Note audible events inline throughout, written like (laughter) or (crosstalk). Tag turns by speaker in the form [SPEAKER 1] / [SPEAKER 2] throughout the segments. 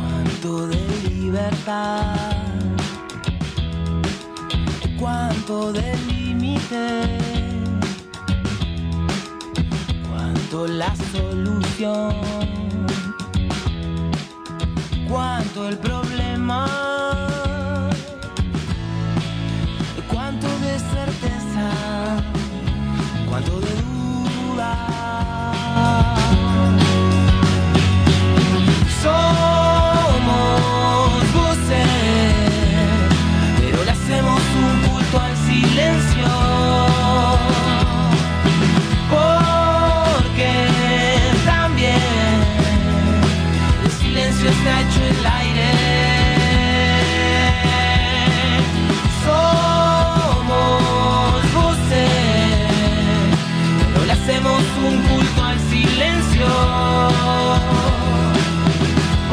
[SPEAKER 1] Cuánto de libertad, cuánto de límite, cuánto la solución, cuánto el problema, cuánto de certeza, cuánto de duda. Somos voces, pero le hacemos un culto al silencio. Porque también el silencio está hecho el aire. Somos voces, pero le hacemos un culto al silencio.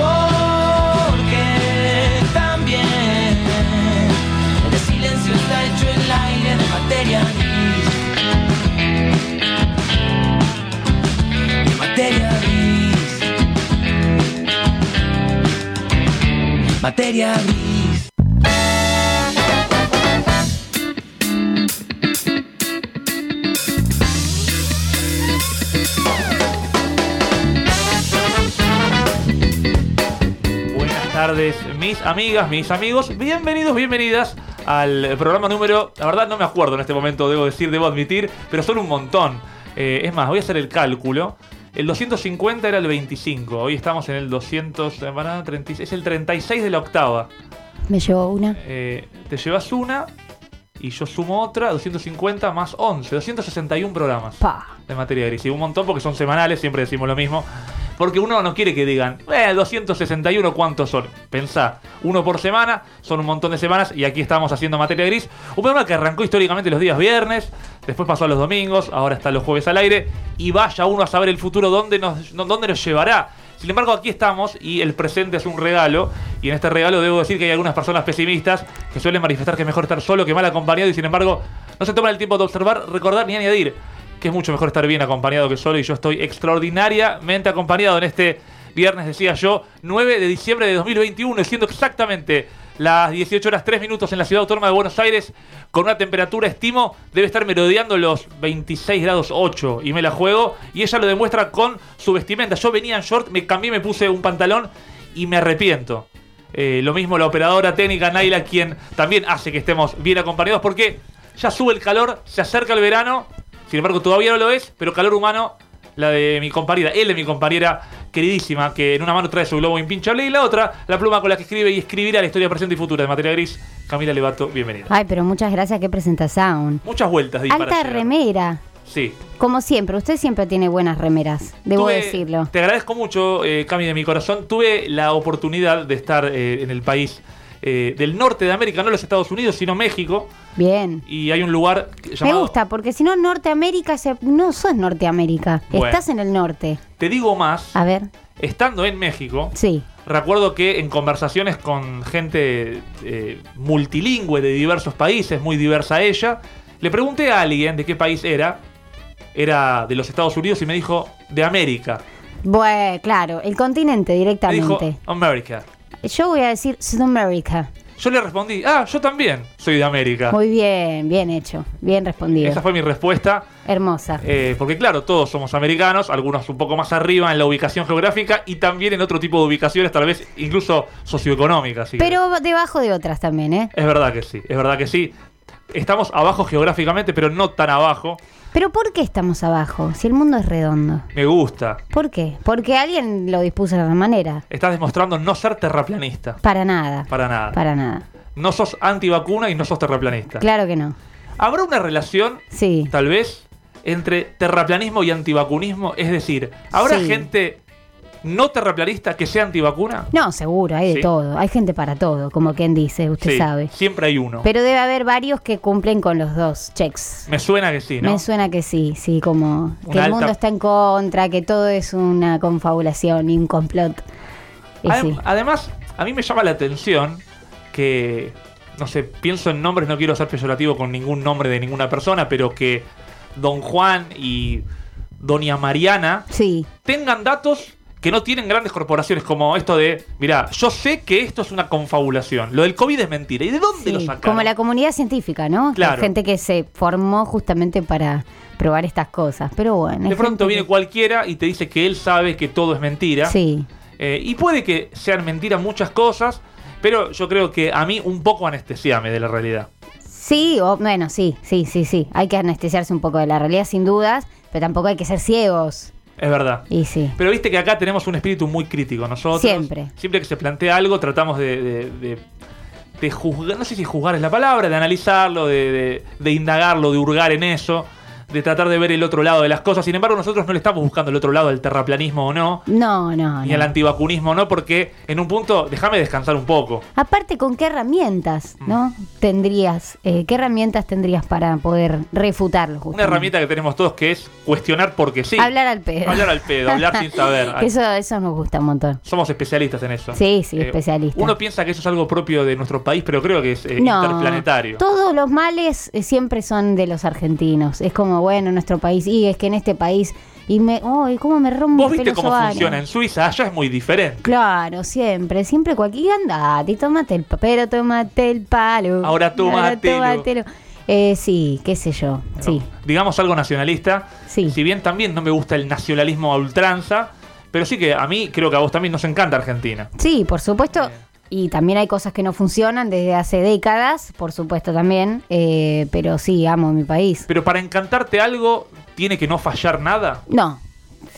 [SPEAKER 1] Porque también el silencio está hecho el aire de materia gris. De materia gris. Materia gris.
[SPEAKER 2] Buenas tardes, mis amigas, mis amigos. Bienvenidos, bienvenidas al programa número. La verdad, no me acuerdo en este momento, debo decir, debo admitir, pero son un montón. Eh, es más, voy a hacer el cálculo. El 250 era el 25. Hoy estamos en el 200. eh, pará, 36, Es el 36 de la octava.
[SPEAKER 3] Me llevó una.
[SPEAKER 2] Eh, te llevas una y yo sumo otra. 250 más 11. 261 programas
[SPEAKER 3] Pa.
[SPEAKER 2] de materia gris. Y un montón porque son semanales, siempre decimos lo mismo. Porque uno no quiere que digan, eh, 261 cuántos son. Pensá, uno por semana, son un montón de semanas y aquí estamos haciendo materia gris. Un programa que arrancó históricamente los días viernes, después pasó a los domingos, ahora está los jueves al aire. Y vaya uno a saber el futuro dónde nos, no- dónde nos llevará. Sin embargo, aquí estamos y el presente es un regalo. Y en este regalo debo decir que hay algunas personas pesimistas que suelen manifestar que es mejor estar solo que mal acompañado y sin embargo no se toman el tiempo de observar, recordar ni añadir que es mucho mejor estar bien acompañado que solo y yo estoy extraordinariamente acompañado en este viernes, decía yo, 9 de diciembre de 2021, y siendo exactamente las 18 horas 3 minutos en la ciudad autónoma de Buenos Aires, con una temperatura, estimo, debe estar merodeando los 26 grados 8 y me la juego y ella lo demuestra con su vestimenta. Yo venía en short, me cambié, me puse un pantalón y me arrepiento. Eh, lo mismo la operadora técnica Naila, quien también hace que estemos bien acompañados porque ya sube el calor, se acerca el verano, sin embargo todavía no lo es, pero calor humano, la de mi compañera, él de mi compañera queridísima, que en una mano trae su globo impinchable y la otra, la pluma con la que escribe y escribirá la historia presente y futura de Materia Gris, Camila Levato, bienvenida.
[SPEAKER 3] Ay, pero muchas gracias que presenta Sound.
[SPEAKER 2] Muchas vueltas, di, para
[SPEAKER 3] Alta
[SPEAKER 2] llegar.
[SPEAKER 3] remera.
[SPEAKER 2] Sí.
[SPEAKER 3] Como siempre, usted siempre tiene buenas remeras, debo
[SPEAKER 2] Tuve-
[SPEAKER 3] decirlo.
[SPEAKER 2] Te agradezco mucho, eh, Cami, de mi corazón. Tuve la oportunidad de estar eh, en el país eh, del norte de América, no los Estados Unidos, sino México.
[SPEAKER 3] Bien.
[SPEAKER 2] Y hay un lugar que- llamado.
[SPEAKER 3] Me gusta, porque si no, Norteamérica se... no sos Norteamérica.
[SPEAKER 2] Bueno.
[SPEAKER 3] Estás en el norte.
[SPEAKER 2] Te digo más,
[SPEAKER 3] A ver,
[SPEAKER 2] estando en México,
[SPEAKER 3] sí.
[SPEAKER 2] Recuerdo que en conversaciones con gente eh, multilingüe de diversos países, muy diversa ella, le pregunté a alguien de qué país era. Era de los Estados Unidos y me dijo de América.
[SPEAKER 3] Bueno, claro, el continente
[SPEAKER 2] Me dijo
[SPEAKER 3] directamente.
[SPEAKER 2] América.
[SPEAKER 3] Yo voy a decir Sudamérica.
[SPEAKER 2] Yo le respondí, ah, yo también soy de América.
[SPEAKER 3] Muy bien, bien hecho, bien respondido.
[SPEAKER 2] Ah. Esa fue mi respuesta.
[SPEAKER 3] Hermosa.
[SPEAKER 2] Eh, porque claro, todos somos americanos, algunos un poco más arriba en la ubicación geográfica y también en otro tipo de ubicaciones, tal vez incluso socioeconómicas. si querés.
[SPEAKER 3] Pero debajo de otras también, ¿eh?
[SPEAKER 2] Es verdad que sí, es verdad que sí. Estamos abajo geográficamente, pero no tan abajo.
[SPEAKER 3] Pero ¿por qué estamos abajo? Si el mundo es redondo.
[SPEAKER 2] Me gusta.
[SPEAKER 3] ¿Por qué? Porque alguien lo dispuso de la manera.
[SPEAKER 2] Estás demostrando no ser terraplanista.
[SPEAKER 3] Para nada.
[SPEAKER 2] Para nada.
[SPEAKER 3] Para nada.
[SPEAKER 2] No sos antivacuna y no sos terraplanista.
[SPEAKER 3] Claro que no.
[SPEAKER 2] ¿Habrá una relación,
[SPEAKER 3] Sí.
[SPEAKER 2] tal vez, entre terraplanismo y antivacunismo? Es decir, ¿habrá
[SPEAKER 3] Sí.
[SPEAKER 2] gente no terraplanista que sea antivacuna?
[SPEAKER 3] No, seguro, hay de
[SPEAKER 2] Sí.
[SPEAKER 3] todo. Hay gente para todo, como quien dice, usted
[SPEAKER 2] Sí,
[SPEAKER 3] sabe.
[SPEAKER 2] siempre hay uno.
[SPEAKER 3] Pero debe haber varios que cumplen con los dos checks.
[SPEAKER 2] Me suena que sí, ¿no?
[SPEAKER 3] Me suena que sí, sí, como que
[SPEAKER 2] Una
[SPEAKER 3] el mundo
[SPEAKER 2] alta-
[SPEAKER 3] está en contra, que todo es una confabulación y un complot. Y
[SPEAKER 2] Adem-
[SPEAKER 3] sí.
[SPEAKER 2] Además, a mí me llama la atención que, no sé, pienso en nombres, no quiero ser peyorativo con ningún nombre de ninguna persona, pero que Don Juan y Doña Mariana
[SPEAKER 3] Sí,
[SPEAKER 2] tengan datos que no tienen grandes corporaciones, como esto de, mira, yo sé que esto es una confabulación, lo del COVID es mentira, ¿y de dónde lo
[SPEAKER 3] sí.
[SPEAKER 2] sacaron?
[SPEAKER 3] como la comunidad científica, ¿no?
[SPEAKER 2] Claro.
[SPEAKER 3] Hay gente que se formó justamente para probar estas cosas. Pero bueno. hay
[SPEAKER 2] de pronto
[SPEAKER 3] gente que-
[SPEAKER 2] viene cualquiera y te dice que él sabe que todo es mentira.
[SPEAKER 3] Sí,
[SPEAKER 2] Eh, y puede que sean mentiras muchas cosas, pero yo creo que a mí un poco anestesiame de la realidad.
[SPEAKER 3] sí, o, bueno, sí, sí, sí, sí. Hay que anestesiarse un poco de la realidad, sin dudas, pero tampoco hay que ser ciegos.
[SPEAKER 2] Es verdad.
[SPEAKER 3] Y sí.
[SPEAKER 2] Pero viste que acá tenemos un espíritu muy crítico nosotros.
[SPEAKER 3] Siempre.
[SPEAKER 2] Siempre que se plantea algo, tratamos de, de, de- de juzgar, no sé si juzgar es la palabra, de analizarlo, de, de- de indagarlo, de hurgar en eso, de tratar de ver el otro lado de las cosas. Sin embargo, nosotros no le estamos buscando el otro lado del terraplanismo o no,
[SPEAKER 3] No, no,
[SPEAKER 2] ni al
[SPEAKER 3] no.
[SPEAKER 2] antivacunismo o no, porque en un punto, déjame descansar un poco.
[SPEAKER 3] Aparte, ¿con qué herramientas,
[SPEAKER 2] Mm.
[SPEAKER 3] no? Tendrías, eh, ¿qué herramientas tendrías para poder refutarlo?
[SPEAKER 2] Una herramienta que tenemos todos que es cuestionar porque sí.
[SPEAKER 3] Hablar al pedo.
[SPEAKER 2] Hablar al pedo,
[SPEAKER 3] (laughs)
[SPEAKER 2] hablar sin saber.
[SPEAKER 3] Que Eso, eso nos gusta un montón.
[SPEAKER 2] Somos especialistas en eso. Eh,
[SPEAKER 3] Sí, sí, especialistas.
[SPEAKER 2] Uno piensa que eso es algo propio de nuestro país, pero creo que es eh,
[SPEAKER 3] No,
[SPEAKER 2] interplanetario.
[SPEAKER 3] Todos los males eh, siempre son de los argentinos. Es como, bueno, nuestro país, y es que en este país, y me, oh, cómo me rompo
[SPEAKER 2] Vos
[SPEAKER 3] el
[SPEAKER 2] viste
[SPEAKER 3] pelo
[SPEAKER 2] cómo
[SPEAKER 3] sobano.
[SPEAKER 2] funciona en Suiza, allá es muy diferente.
[SPEAKER 3] Claro, siempre, siempre cualquier andate, y tómate el papel, tómate el palo.
[SPEAKER 2] Ahora tómatelo.
[SPEAKER 3] tómatelo. Eh, sí, qué sé yo, sí.
[SPEAKER 2] ¿no? Digamos algo nacionalista.
[SPEAKER 3] Sí.
[SPEAKER 2] Si bien también no me gusta el nacionalismo a ultranza, pero sí que a mí, creo que a vos también nos encanta Argentina.
[SPEAKER 3] Sí, por supuesto. Y también hay cosas que no funcionan desde hace décadas, por supuesto también. eh, pero sí, amo mi país.
[SPEAKER 2] Pero para encantarte algo, ¿tiene que no fallar nada?
[SPEAKER 3] No,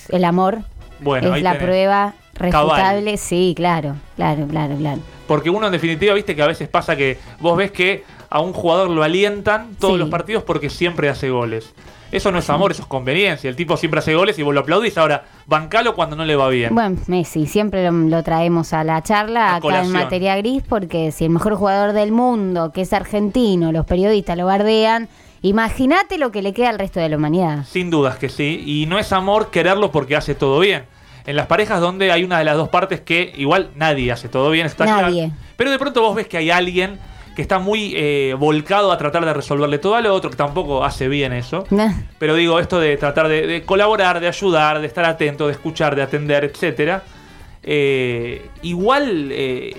[SPEAKER 3] el amor
[SPEAKER 2] Bueno, ahí
[SPEAKER 3] es la
[SPEAKER 2] tenés.
[SPEAKER 3] prueba refutable.
[SPEAKER 2] Cabal.
[SPEAKER 3] Sí, claro, claro, claro, claro.
[SPEAKER 2] Porque uno en definitiva, viste que a veces pasa que vos ves que a un jugador lo alientan todos
[SPEAKER 3] Sí.
[SPEAKER 2] los partidos porque siempre hace goles. Eso no es amor, eso es conveniencia. El tipo siempre hace goles y vos lo aplaudís. Ahora, bancalo cuando no le va bien.
[SPEAKER 3] Bueno, Messi, siempre lo, lo traemos a la charla
[SPEAKER 2] A
[SPEAKER 3] acá
[SPEAKER 2] colación.
[SPEAKER 3] en materia gris, porque si el mejor jugador del mundo, que es argentino, los periodistas lo bardean, imagínate lo que le queda al resto de la humanidad.
[SPEAKER 2] Sin dudas que sí. Y no es amor quererlo porque hace todo bien. En las parejas donde hay una de las dos partes que igual nadie hace todo bien, está claro.
[SPEAKER 3] Nadie.
[SPEAKER 2] Pero de pronto vos ves que hay alguien que está muy eh, volcado a tratar de resolverle todo al otro, que tampoco hace bien eso. Pero digo, esto de tratar de, de colaborar, de ayudar, de estar atento, de escuchar, de atender, etcétera. eh, igual eh,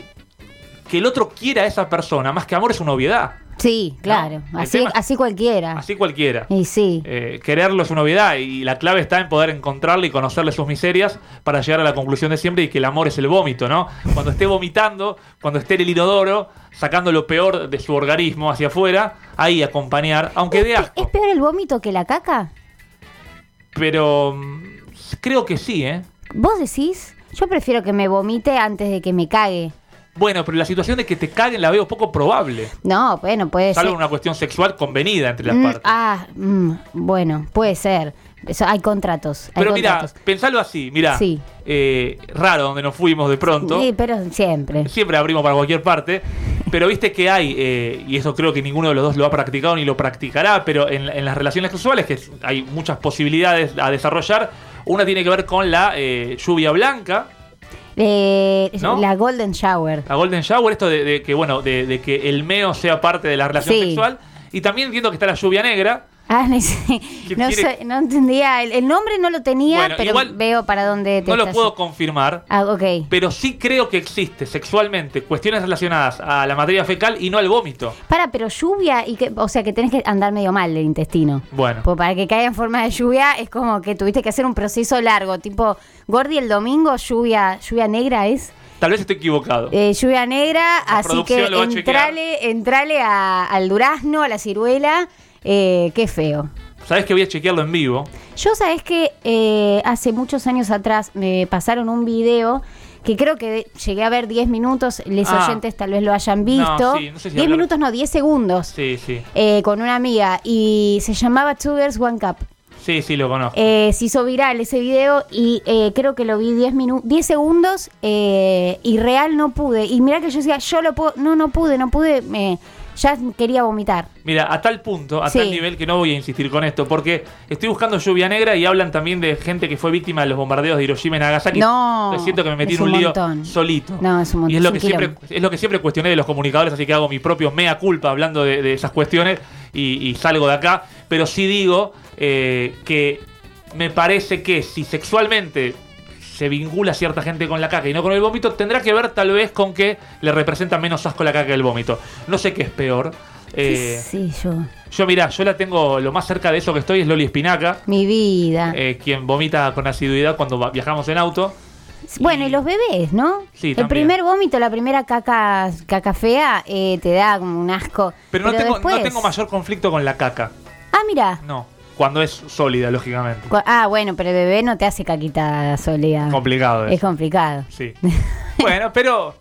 [SPEAKER 2] que el otro quiera a esa persona, más que amor es una obviedad.
[SPEAKER 3] Sí, claro,
[SPEAKER 2] el
[SPEAKER 3] así,
[SPEAKER 2] tema es-
[SPEAKER 3] así cualquiera.
[SPEAKER 2] Así cualquiera.
[SPEAKER 3] Y Ah. sí.
[SPEAKER 2] Eh, quererlo es una obviedad y la clave está en poder encontrarle y conocerle sus miserias para llegar a la conclusión de siempre y que el amor es el vómito, ¿no? Cuando esté vomitando, cuando esté en el inodoro, sacando lo peor de su organismo hacia afuera, ahí acompañar, aunque de
[SPEAKER 3] ¿Es, pe- es
[SPEAKER 2] asco.
[SPEAKER 3] peor el vómito que la caca?
[SPEAKER 2] Pero mm, creo que sí, ¿eh?
[SPEAKER 3] ¿Vos decís? Yo prefiero que me vomite antes de que me cague.
[SPEAKER 2] Bueno, pero la situación de que te caguen la veo poco probable.
[SPEAKER 3] No, bueno, puede
[SPEAKER 2] Salvo
[SPEAKER 3] ser.
[SPEAKER 2] una cuestión sexual convenida entre las
[SPEAKER 3] Eh, Mm,
[SPEAKER 2] partes.
[SPEAKER 3] ah, mm, bueno, puede ser. Eso, hay contratos. hay
[SPEAKER 2] pero mira,
[SPEAKER 3] contratos.
[SPEAKER 2] pensalo así, mira. eh,
[SPEAKER 3] Sí.
[SPEAKER 2] raro donde nos fuimos de pronto.
[SPEAKER 3] Sí, pero siempre.
[SPEAKER 2] Siempre abrimos para cualquier parte. Pero viste que hay, eh, y eso creo que ninguno de los dos lo ha practicado ni lo practicará, pero en, en las relaciones sexuales, que es- hay muchas posibilidades a desarrollar, una tiene que ver con la eh, lluvia blanca,
[SPEAKER 3] Eh,
[SPEAKER 2] ¿No?
[SPEAKER 3] La Golden Shower.
[SPEAKER 2] la golden shower, esto de, de que bueno, de, de que el meo sea parte de la relación
[SPEAKER 3] Sí.
[SPEAKER 2] sexual. Y también entiendo que está la lluvia negra,
[SPEAKER 3] Ah, (laughs) no, sé,
[SPEAKER 2] ¿Qué
[SPEAKER 3] no,
[SPEAKER 2] quiere?
[SPEAKER 3] sé, no entendía. El, el nombre no lo tenía,
[SPEAKER 2] Bueno,
[SPEAKER 3] pero
[SPEAKER 2] igual
[SPEAKER 3] veo para dónde te
[SPEAKER 2] no lo
[SPEAKER 3] estás-
[SPEAKER 2] puedo confirmar,
[SPEAKER 3] Ah, ok.
[SPEAKER 2] pero sí creo que existe sexualmente cuestiones relacionadas a la materia fecal y no al vómito.
[SPEAKER 3] Para, pero lluvia, y que, o sea que tenés que andar medio mal del intestino.
[SPEAKER 2] Bueno.
[SPEAKER 3] Pues para que caiga en forma de lluvia es como que tuviste que hacer un proceso largo, tipo Gordi el domingo, lluvia, lluvia negra es.
[SPEAKER 2] Tal vez estoy equivocado.
[SPEAKER 3] Eh, lluvia negra,
[SPEAKER 2] La
[SPEAKER 3] así que
[SPEAKER 2] producción lo va a
[SPEAKER 3] entrale, entrale a- al durazno, a la ciruela, eh, qué feo.
[SPEAKER 2] Sabes que voy a chequearlo en vivo.
[SPEAKER 3] Yo sabés que eh, hace muchos años atrás me pasaron un video que creo que llegué a ver 10 minutos, les
[SPEAKER 2] Ah.
[SPEAKER 3] oyentes tal vez lo hayan visto.
[SPEAKER 2] sí, no sé si
[SPEAKER 3] 10
[SPEAKER 2] hablar-
[SPEAKER 3] minutos no, 10 segundos
[SPEAKER 2] Sí, sí.
[SPEAKER 3] eh, con una amiga y se llamaba Two Girls One Cup.
[SPEAKER 2] Sí, sí, lo conozco.
[SPEAKER 3] Eh, se hizo viral ese video y eh, creo que lo vi 10 minu- 10 segundos eh, y real no pude. Y mirá que yo decía, yo lo puedo, no, no pude, no pude, me- ya quería vomitar.
[SPEAKER 2] Mira, a tal punto, a
[SPEAKER 3] Sí.
[SPEAKER 2] tal nivel que no voy a insistir con esto, porque estoy buscando lluvia negra y hablan también de gente que fue víctima de los bombardeos de Hiroshima y Nagasaki.
[SPEAKER 3] No,
[SPEAKER 2] Entonces siento que me metí
[SPEAKER 3] es
[SPEAKER 2] en un,
[SPEAKER 3] un
[SPEAKER 2] lío
[SPEAKER 3] montón.
[SPEAKER 2] solito.
[SPEAKER 3] No, es un montón,
[SPEAKER 2] Y es lo,
[SPEAKER 3] es
[SPEAKER 2] que
[SPEAKER 3] un
[SPEAKER 2] siempre,
[SPEAKER 3] quilombo.
[SPEAKER 2] es lo que siempre cuestioné de los comunicadores, así que hago mi propio mea culpa hablando de, de esas cuestiones y, y salgo de acá. Pero sí digo eh, que me parece que si sexualmente se vincula cierta gente con la caca y no con el vómito, tendrá que ver tal vez con que le representa menos asco la caca que el vómito. No sé qué es peor.
[SPEAKER 3] ¿Qué
[SPEAKER 2] Eh,
[SPEAKER 3] sé yo?
[SPEAKER 2] yo, mirá, yo la tengo lo más cerca de eso que estoy es Loli Espinaca,
[SPEAKER 3] Mi vida.
[SPEAKER 2] eh, quien vomita con asiduidad cuando va- viajamos en auto.
[SPEAKER 3] bueno, y,
[SPEAKER 2] y-
[SPEAKER 3] los bebés, ¿no?
[SPEAKER 2] Sí,
[SPEAKER 3] El
[SPEAKER 2] también.
[SPEAKER 3] primer vómito, la primera caca, caca fea, eh, te da como un asco.
[SPEAKER 2] Pero, no, tengo,
[SPEAKER 3] después-
[SPEAKER 2] no tengo mayor conflicto con la caca.
[SPEAKER 3] Ah, mira.
[SPEAKER 2] No. Cuando es sólida, lógicamente.
[SPEAKER 3] Cu- Ah, bueno, pero el bebé no te hace caquita sólida.
[SPEAKER 2] Complicado
[SPEAKER 3] Es
[SPEAKER 2] eso.
[SPEAKER 3] complicado. (laughs)
[SPEAKER 2] Sí. bueno, pero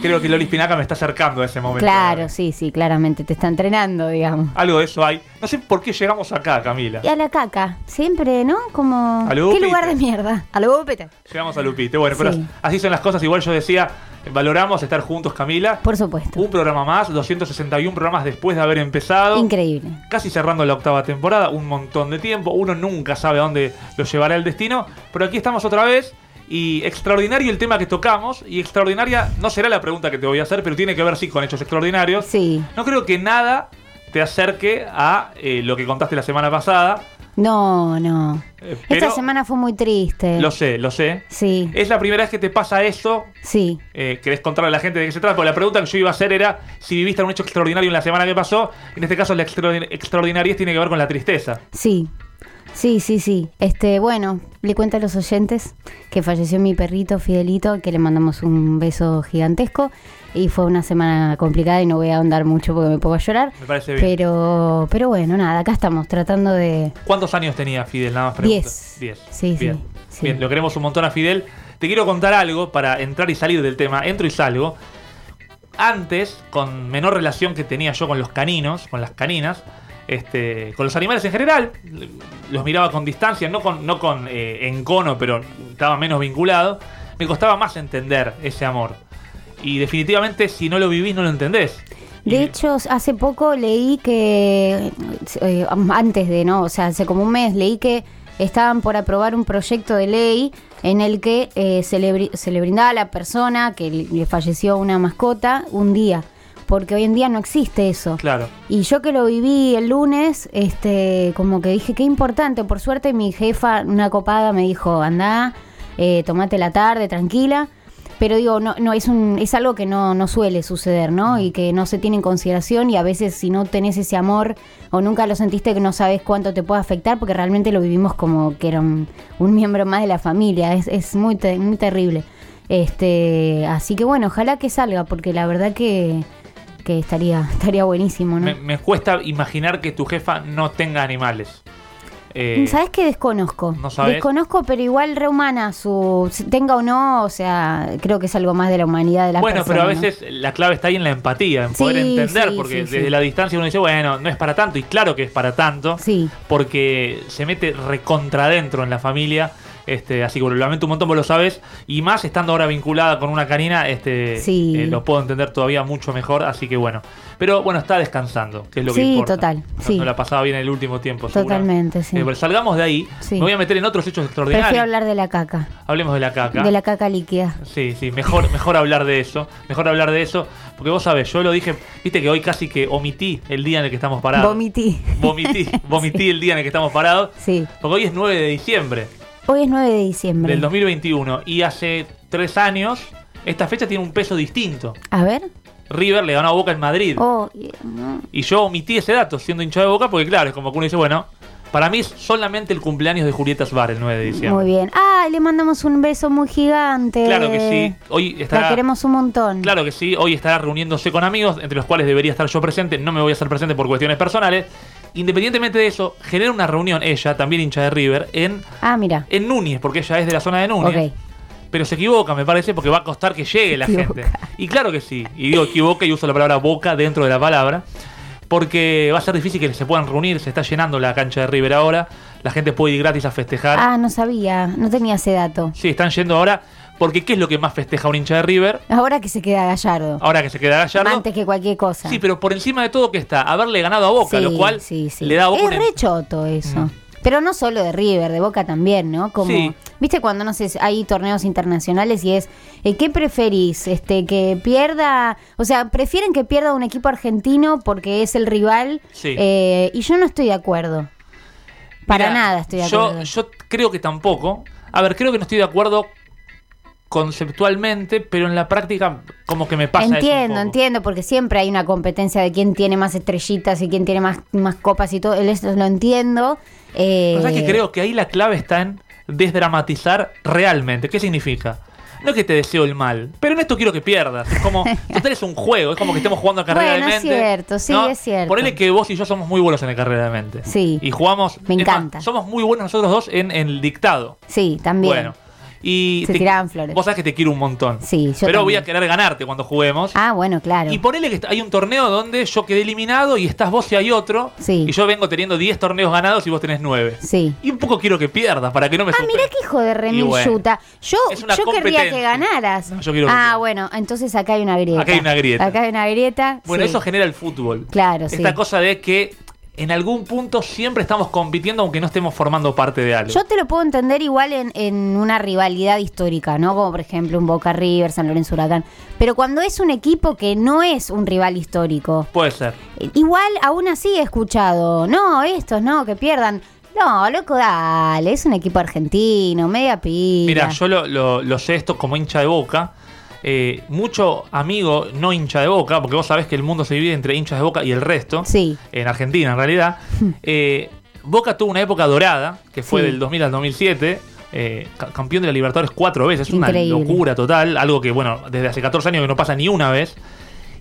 [SPEAKER 2] creo que Loli Espinaca me está acercando a ese momento.
[SPEAKER 3] Claro, sí, sí, claramente te está entrenando, digamos.
[SPEAKER 2] Algo de eso hay. No sé por qué llegamos acá, Camila.
[SPEAKER 3] Y a la caca, siempre, ¿no? Como...
[SPEAKER 2] A lo
[SPEAKER 3] ¿Qué
[SPEAKER 2] Upita.
[SPEAKER 3] lugar de mierda? A lo Upita.
[SPEAKER 2] Llegamos a Lupite. Bueno, pero
[SPEAKER 3] Sí.
[SPEAKER 2] así son las cosas. Igual yo decía, valoramos estar juntos, Camila.
[SPEAKER 3] Por supuesto.
[SPEAKER 2] Un programa más, 261 programas después de haber empezado.
[SPEAKER 3] Increíble.
[SPEAKER 2] Casi cerrando la octava temporada, un montón de tiempo, uno nunca sabe a dónde lo llevará el destino, pero aquí estamos otra vez y extraordinario el tema que tocamos y extraordinaria no será la pregunta que te voy a hacer, pero tiene que ver sí con hechos extraordinarios.
[SPEAKER 3] Sí.
[SPEAKER 2] No creo que nada te acerque a eh, lo que contaste la semana pasada,
[SPEAKER 3] No, no.
[SPEAKER 2] Eh,
[SPEAKER 3] Esta
[SPEAKER 2] pero- Eh.
[SPEAKER 3] semana fue muy triste.
[SPEAKER 2] lo sé, lo sé.
[SPEAKER 3] Sí,
[SPEAKER 2] Es la primera vez que te pasa eso.
[SPEAKER 3] sí.
[SPEAKER 2] Eh, ¿Querés contarle a la gente de qué se trata? Porque la pregunta que yo iba a hacer era si viviste un hecho extraordinario en la semana que pasó. En este caso, la extraordin- extraordinariez tiene que ver con la tristeza.
[SPEAKER 3] Sí, sí, sí, sí. Este, bueno, le cuento a los oyentes que falleció mi perrito Fidelito, que le mandamos un beso gigantesco. Y fue una semana complicada y no voy a ahondar mucho porque me pongo a llorar.
[SPEAKER 2] Me parece bien.
[SPEAKER 3] Pero, pero bueno, nada, acá estamos tratando de.
[SPEAKER 2] ¿Cuántos años tenía Fidel? Nada más pregunto.
[SPEAKER 3] Diez.
[SPEAKER 2] Diez.
[SPEAKER 3] Sí, sí,
[SPEAKER 2] Bien.
[SPEAKER 3] sí.
[SPEAKER 2] Bien, lo queremos un montón a Fidel. Te quiero contar algo para entrar y salir del tema. Entro y salgo. Antes, con menor relación que tenía yo con los caninos, con las caninas, este, con los animales en general, los miraba con distancia, no con, no con eh, encono, pero estaba menos vinculado. Me costaba más entender ese amor. Y definitivamente, si no lo vivís, no lo entendés.
[SPEAKER 3] De
[SPEAKER 2] Y-
[SPEAKER 3] hecho, hace poco leí que, eh, antes de, ¿no? O sea, hace como un mes leí que estaban por aprobar un proyecto de ley en el que eh, se, le, bri- se le brindaba a la persona que le falleció una mascota un día, porque hoy en día no existe eso.
[SPEAKER 2] Claro.
[SPEAKER 3] Y yo que lo viví el lunes, este, como que dije, qué importante. Por suerte mi jefa, una copada, me dijo, andá, eh, tomate la tarde, tranquila. Pero digo, no, no es, un, es algo que no, no suele suceder, ¿no? Y que no se tiene en consideración y a veces si no tenés ese amor o nunca lo sentiste que no sabes cuánto te puede afectar porque realmente lo vivimos como que era un, un miembro más de la familia. Es, es muy, te- muy terrible. Este, así que bueno, ojalá que salga porque la verdad que, que estaría, estaría buenísimo, ¿no?
[SPEAKER 2] Me, me cuesta imaginar que tu jefa no tenga animales. Eh,
[SPEAKER 3] ¿Sabes qué desconozco?
[SPEAKER 2] ¿no sabes?
[SPEAKER 3] Desconozco, pero igual rehumana, su tenga o no, o sea, creo que es algo más de la humanidad de la
[SPEAKER 2] bueno, pero a veces la clave está ahí en la empatía, en
[SPEAKER 3] Sí,
[SPEAKER 2] poder entender,
[SPEAKER 3] sí,
[SPEAKER 2] porque
[SPEAKER 3] sí, sí.
[SPEAKER 2] desde la distancia uno dice, bueno, no es para tanto, y claro que es para tanto,
[SPEAKER 3] Sí.
[SPEAKER 2] porque se mete recontra dentro en la familia. Este, así que bueno, lo lamento un montón, vos lo sabes. Y más estando ahora vinculada con una canina, este,
[SPEAKER 3] Sí.
[SPEAKER 2] eh, lo puedo entender todavía mucho mejor. Así que bueno. Pero bueno, está descansando, que es lo que
[SPEAKER 3] Sí,
[SPEAKER 2] importa.
[SPEAKER 3] total,
[SPEAKER 2] No-
[SPEAKER 3] sí.
[SPEAKER 2] No la pasaba bien el último tiempo. seguramente.
[SPEAKER 3] Totalmente, sí.
[SPEAKER 2] Eh, pero salgamos de ahí.
[SPEAKER 3] Sí.
[SPEAKER 2] Me voy a meter en otros hechos extraordinarios.
[SPEAKER 3] Prefiero hablar de la caca,
[SPEAKER 2] Hablemos de la caca.
[SPEAKER 3] de la caca líquida.
[SPEAKER 2] Sí, sí, mejor, mejor hablar de eso. Mejor hablar de eso. Porque vos sabés, yo lo dije, viste que hoy casi que omití el día en el que estamos parados.
[SPEAKER 3] Vomití.
[SPEAKER 2] Vomití, vomití el día en el que estamos parados.
[SPEAKER 3] (laughs) Sí.
[SPEAKER 2] Porque hoy es 9 de diciembre
[SPEAKER 3] Hoy es 9 de diciembre.
[SPEAKER 2] del 2021 y hace tres años esta fecha tiene un peso distinto.
[SPEAKER 3] A ver.
[SPEAKER 2] River le ganó a Boca en Madrid.
[SPEAKER 3] Oh, y- no.
[SPEAKER 2] Y yo omití ese dato siendo hincha de Boca porque claro, es como que uno dice, bueno, para mí es solamente el cumpleaños de Julieta Sbar el 9 de diciembre.
[SPEAKER 3] muy bien. Ah, le mandamos un beso muy gigante.
[SPEAKER 2] Claro que sí. Hoy estará
[SPEAKER 3] La queremos un montón.
[SPEAKER 2] Claro que sí, hoy estará reuniéndose con amigos, entre los cuales debería estar yo presente, no me voy a hacer presente por cuestiones personales. Independientemente de eso, genera una reunión ella, también hincha de River, en,
[SPEAKER 3] Ah, mira.
[SPEAKER 2] en Núñez, porque ella es de la zona de Núñez.
[SPEAKER 3] Ok.
[SPEAKER 2] Pero se equivoca, me parece, porque va a costar que llegue la
[SPEAKER 3] equivoca.
[SPEAKER 2] gente. Y claro que sí, y digo equivoca y uso la palabra boca dentro de la palabra, porque va a ser difícil que se puedan reunir, se está llenando la cancha de River ahora. la gente puede ir gratis a festejar.
[SPEAKER 3] Ah, no sabía, no tenía ese dato.
[SPEAKER 2] Sí, están yendo ahora, porque ¿qué es lo que más festeja un hincha de River?
[SPEAKER 3] Ahora que se queda Gallardo.
[SPEAKER 2] Ahora que se queda Ah, Gallardo.
[SPEAKER 3] Antes que cualquier cosa.
[SPEAKER 2] Sí, pero por encima de todo que está, haberle ganado a Boca,
[SPEAKER 3] Sí,
[SPEAKER 2] lo cual
[SPEAKER 3] sí, sí.
[SPEAKER 2] le da a Boca
[SPEAKER 3] Es
[SPEAKER 2] un em-
[SPEAKER 3] re choto eso.
[SPEAKER 2] Mm.
[SPEAKER 3] Pero no solo de River, de Boca también, ¿no? Como,
[SPEAKER 2] Sí.
[SPEAKER 3] viste cuando no sé, hay torneos internacionales y es eh, ¿qué preferís? Este, que pierda, o sea, prefieren que pierda un equipo argentino porque es el rival.
[SPEAKER 2] Sí.
[SPEAKER 3] eh, y yo no estoy de acuerdo. Para
[SPEAKER 2] Mira,
[SPEAKER 3] nada estoy de
[SPEAKER 2] yo-
[SPEAKER 3] acuerdo.
[SPEAKER 2] Yo creo que tampoco. A ver, creo que no estoy de acuerdo conceptualmente, pero en la práctica como que me pasa eso. un
[SPEAKER 3] entiendo,
[SPEAKER 2] poco.
[SPEAKER 3] entiendo, porque siempre hay una competencia de quién tiene más estrellitas y quién tiene más, más copas y todo. Eso lo entiendo. eh,
[SPEAKER 2] Pero ¿sabes que creo que ahí la clave está en desdramatizar realmente. ¿Qué significa? No es que te deseo el mal, pero en esto quiero que pierdas. Es
[SPEAKER 3] (laughs)
[SPEAKER 2] como, total es un juego, es como que estemos jugando a carrera
[SPEAKER 3] Bueno,
[SPEAKER 2] de
[SPEAKER 3] es
[SPEAKER 2] mente.
[SPEAKER 3] cierto, sí, es cierto.
[SPEAKER 2] Ponele que vos y yo somos muy buenos en la carrera de mente.
[SPEAKER 3] Sí.
[SPEAKER 2] Y jugamos.
[SPEAKER 3] Me
[SPEAKER 2] es más,
[SPEAKER 3] encanta.
[SPEAKER 2] somos muy buenos nosotros dos en, en el dictado.
[SPEAKER 3] Sí, también.
[SPEAKER 2] Bueno. Y
[SPEAKER 3] Se tiraban flores.
[SPEAKER 2] Vos sabés que te quiero un montón.
[SPEAKER 3] Sí, yo
[SPEAKER 2] Pero voy
[SPEAKER 3] también.
[SPEAKER 2] a querer ganarte cuando juguemos.
[SPEAKER 3] Ah, bueno, claro.
[SPEAKER 2] Y ponele que hay un torneo donde yo quedé eliminado y estás vos y hay otro.
[SPEAKER 3] Sí.
[SPEAKER 2] Y yo vengo teniendo 10 torneos ganados y vos tenés 9.
[SPEAKER 3] Sí.
[SPEAKER 2] Y un poco quiero que pierdas para que no me
[SPEAKER 3] Ah, mira qué hijo de remil
[SPEAKER 2] Y bueno,
[SPEAKER 3] yuta. Yo,
[SPEAKER 2] es una
[SPEAKER 3] yo querría que
[SPEAKER 2] competencia.
[SPEAKER 3] ganaras.
[SPEAKER 2] No, yo quiero que
[SPEAKER 3] ah,
[SPEAKER 2] pierdas.
[SPEAKER 3] bueno, entonces acá hay una grieta.
[SPEAKER 2] Acá hay una grieta.
[SPEAKER 3] Acá hay una grieta.
[SPEAKER 2] Bueno,
[SPEAKER 3] sí.
[SPEAKER 2] eso genera el fútbol.
[SPEAKER 3] Claro, sí.
[SPEAKER 2] Esta cosa de que en algún punto siempre estamos compitiendo aunque no estemos formando parte de algo.
[SPEAKER 3] Yo te lo puedo entender igual en, en una rivalidad histórica, ¿no? Como por ejemplo un Boca River, San Lorenzo Huracán. Pero cuando es un equipo que no es un rival histórico,
[SPEAKER 2] Puede ser.
[SPEAKER 3] eh, igual aún así he escuchado, no, estos no, que pierdan. No, loco, dale, es un equipo argentino, media pila.
[SPEAKER 2] Mira, yo lo, lo- lo sé esto como hincha de boca. Eh, mucho amigo no hincha de boca, porque vos sabés que el mundo se divide entre hinchas de boca y el resto.
[SPEAKER 3] Sí. Hmm.
[SPEAKER 2] En Argentina, en realidad. Eh, boca tuvo una época dorada, que fue
[SPEAKER 3] Sí.
[SPEAKER 2] del 2000 al 2007. eh, ca- campeón de la Libertadores cuatro veces, una
[SPEAKER 3] Increíble.
[SPEAKER 2] locura total, algo que, bueno, desde hace 14 años que no pasa ni una vez.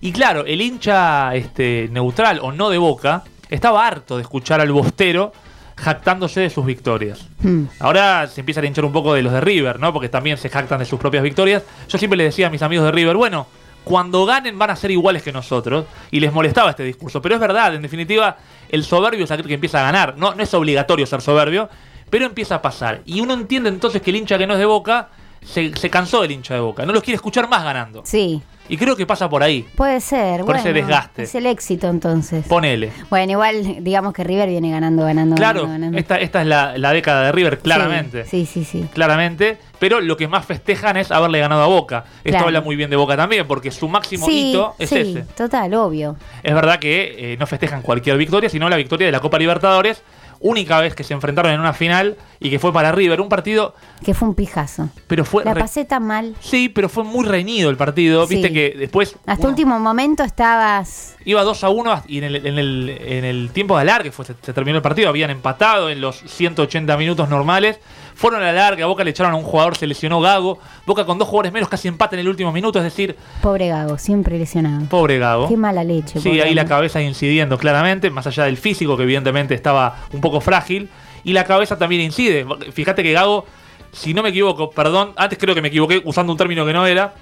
[SPEAKER 2] Y claro, el hincha este, neutral o no de boca estaba harto de escuchar al bostero jactándose de sus victorias.
[SPEAKER 3] Hmm.
[SPEAKER 2] Ahora se empiezan a hinchar un poco de los de River, ¿no? Porque también se jactan de sus propias victorias. Yo siempre les decía a mis amigos de River, bueno, cuando ganen van a ser iguales que nosotros. Y les molestaba este discurso. Pero es verdad, en definitiva, el soberbio es aquel que empieza a ganar. No, no es obligatorio ser soberbio, pero empieza a pasar. Y uno entiende entonces que el hincha que no es de boca se, se cansó del hincha de boca. No los quiere escuchar más ganando.
[SPEAKER 3] Sí.
[SPEAKER 2] Y creo que pasa por ahí.
[SPEAKER 3] Puede ser,
[SPEAKER 2] Por
[SPEAKER 3] bueno.
[SPEAKER 2] ese desgaste.
[SPEAKER 3] Es el éxito entonces.
[SPEAKER 2] Ponele.
[SPEAKER 3] bueno, igual digamos que River viene ganando, ganando,
[SPEAKER 2] Claro,
[SPEAKER 3] ganando, ganando.
[SPEAKER 2] esta, esta es la, la década de River,
[SPEAKER 3] Sí,
[SPEAKER 2] claramente.
[SPEAKER 3] Sí, sí, sí.
[SPEAKER 2] claramente, pero lo que más festejan es haberle ganado a Boca. Esto
[SPEAKER 3] Claro.
[SPEAKER 2] habla muy bien de Boca también, porque su máximo
[SPEAKER 3] Sí,
[SPEAKER 2] Este hito es
[SPEAKER 3] sí,
[SPEAKER 2] ese.
[SPEAKER 3] total, obvio.
[SPEAKER 2] Es verdad que eh, no festejan cualquier victoria, sino la victoria de la Copa Libertadores, única vez que se enfrentaron en una final y que fue para River, un partido,
[SPEAKER 3] Que fue un pijazo.
[SPEAKER 2] pero fue
[SPEAKER 3] La
[SPEAKER 2] re-
[SPEAKER 3] pasé tan mal.
[SPEAKER 2] Sí, pero fue muy reñido el partido,
[SPEAKER 3] Sí.
[SPEAKER 2] viste que después
[SPEAKER 3] Hasta
[SPEAKER 2] uno
[SPEAKER 3] último momento estabas.
[SPEAKER 2] iba 2 a 1 y en el, en el, en el tiempo de alargue fue, se, se terminó el partido, habían empatado en los 180 minutos normales, fueron a alargue, a Boca le echaron a un jugador, se lesionó Gago, Boca con dos jugadores menos casi empata en el último minuto, es decir,
[SPEAKER 3] Pobre Gago, siempre lesionado.
[SPEAKER 2] Pobre Gago.
[SPEAKER 3] Qué mala leche.
[SPEAKER 2] Sí,
[SPEAKER 3] pobre
[SPEAKER 2] ahí la
[SPEAKER 3] hombre.
[SPEAKER 2] cabeza incidiendo claramente, más allá del físico que evidentemente estaba un poco frágil. Y la cabeza también incide. Fíjate que Gago, si no me equivoco, perdón, antes creo que me equivoqué usando un término que no era,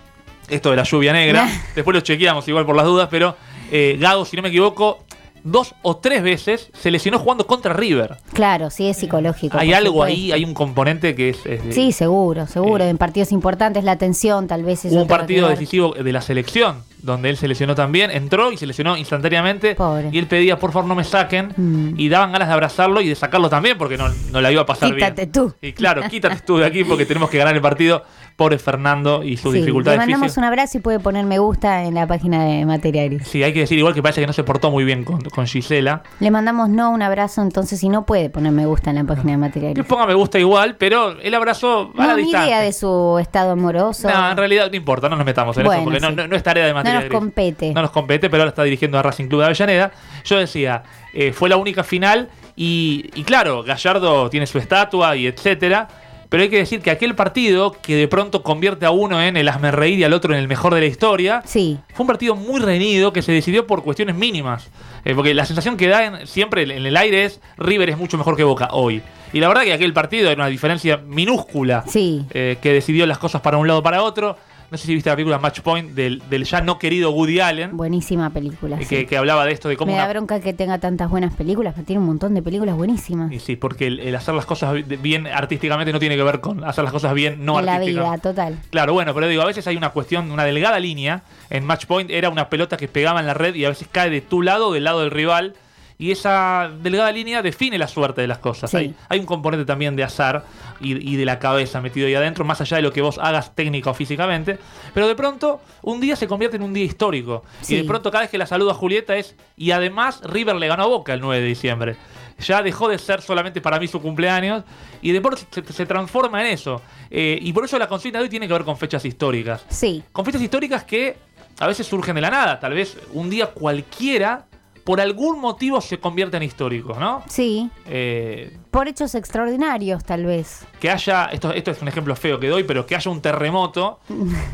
[SPEAKER 2] esto de la lluvia
[SPEAKER 3] (laughs)
[SPEAKER 2] negra, después lo chequeamos igual por las dudas, pero eh, Gago, si no me equivoco, dos o tres veces se lesionó jugando contra River.
[SPEAKER 3] Claro, sí, es psicológico.
[SPEAKER 2] Hay
[SPEAKER 3] por
[SPEAKER 2] algo
[SPEAKER 3] supuesto.
[SPEAKER 2] ahí, hay un componente que es... es de-
[SPEAKER 3] Sí, seguro, seguro.
[SPEAKER 2] Eh,
[SPEAKER 3] en partidos importantes, la tensión tal vez es
[SPEAKER 2] Hubo un
[SPEAKER 3] otro
[SPEAKER 2] partido
[SPEAKER 3] lugar.
[SPEAKER 2] decisivo de la selección, donde él se lesionó también, entró y se lesionó instantáneamente.
[SPEAKER 3] Pobre.
[SPEAKER 2] Y él pedía, por favor, no me saquen.
[SPEAKER 3] Mm.
[SPEAKER 2] Y daban ganas de abrazarlo y de sacarlo también, porque no, no la iba a pasar
[SPEAKER 3] Quítate
[SPEAKER 2] bien.
[SPEAKER 3] tú.
[SPEAKER 2] Y claro, quítate tú de aquí porque tenemos que ganar el partido. Pobre Fernando y sus
[SPEAKER 3] Sí,
[SPEAKER 2] dificultades
[SPEAKER 3] Le mandamos
[SPEAKER 2] físicas.
[SPEAKER 3] un abrazo y puede poner me gusta en la página de Materia Gris.
[SPEAKER 2] Sí, hay que decir igual que parece que no se portó muy bien con, con Gisela.
[SPEAKER 3] Le mandamos no un abrazo, entonces si no puede poner me gusta en la página de Material.
[SPEAKER 2] Que ponga me gusta igual, pero el abrazo a la
[SPEAKER 3] No, ni
[SPEAKER 2] distancia.
[SPEAKER 3] idea de su estado amoroso.
[SPEAKER 2] No, en realidad no importa, no nos metamos en
[SPEAKER 3] Bueno,
[SPEAKER 2] eso, porque no,
[SPEAKER 3] sí.
[SPEAKER 2] no- no es tarea de materia.
[SPEAKER 3] nos
[SPEAKER 2] gris.
[SPEAKER 3] compete.
[SPEAKER 2] No nos compete, pero ahora está dirigiendo a Racing Club de Avellaneda. Yo decía, eh, fue la única final y, y claro, Gallardo tiene su estatua y etcétera. Pero hay que decir que aquel partido que de pronto convierte a uno en el hazme reír y al otro en el mejor de la historia,
[SPEAKER 3] Sí,
[SPEAKER 2] fue un partido muy reñido que se decidió por cuestiones mínimas. Eh, porque la sensación que da en- siempre en el aire es River es mucho mejor que Boca hoy. Y la verdad que aquel partido era una diferencia minúscula
[SPEAKER 3] sí.
[SPEAKER 2] eh, que decidió las cosas para un lado o para otro. No sé si viste la película Match Point del, del ya no querido Woody Allen,
[SPEAKER 3] Buenísima película.
[SPEAKER 2] eh,
[SPEAKER 3] sí.
[SPEAKER 2] que, que hablaba de esto, de cómo
[SPEAKER 3] Me da
[SPEAKER 2] una-
[SPEAKER 3] bronca que tenga tantas buenas películas, pero tiene un montón de películas buenísimas.
[SPEAKER 2] Y sí, porque el, el hacer las cosas bi- bien artísticamente no tiene que ver con hacer las cosas bien no
[SPEAKER 3] en la
[SPEAKER 2] artísticamente.
[SPEAKER 3] vida, total.
[SPEAKER 2] Claro, bueno, pero digo, a veces hay una cuestión, una delgada línea. En Match Point era una pelota que pegaba en la red y a veces cae de tu lado o del lado del rival. Y esa delgada línea define la suerte de las cosas.
[SPEAKER 3] Sí.
[SPEAKER 2] Hay, hay un componente también de azar y, y de la cabeza metido ahí adentro, más allá de lo que vos hagas técnica o físicamente. Pero de pronto, un día se convierte en un día histórico. Y de
[SPEAKER 3] Sí.
[SPEAKER 2] pronto, cada vez que la saludo a Julieta es. Y además, River le ganó a Boca el 9 de diciembre. Ya dejó de ser solamente para mí su cumpleaños. Y de pronto se, se transforma en eso. Eh, y por eso la consigna de hoy tiene que ver con fechas históricas.
[SPEAKER 3] Sí,
[SPEAKER 2] Con fechas históricas que a veces surgen de la nada. Tal vez un día cualquiera, por algún motivo, se convierte en histórico, ¿no?
[SPEAKER 3] sí.
[SPEAKER 2] Eh,
[SPEAKER 3] Por hechos extraordinarios, tal vez.
[SPEAKER 2] que haya, esto, esto es un ejemplo feo que doy, pero que haya un terremoto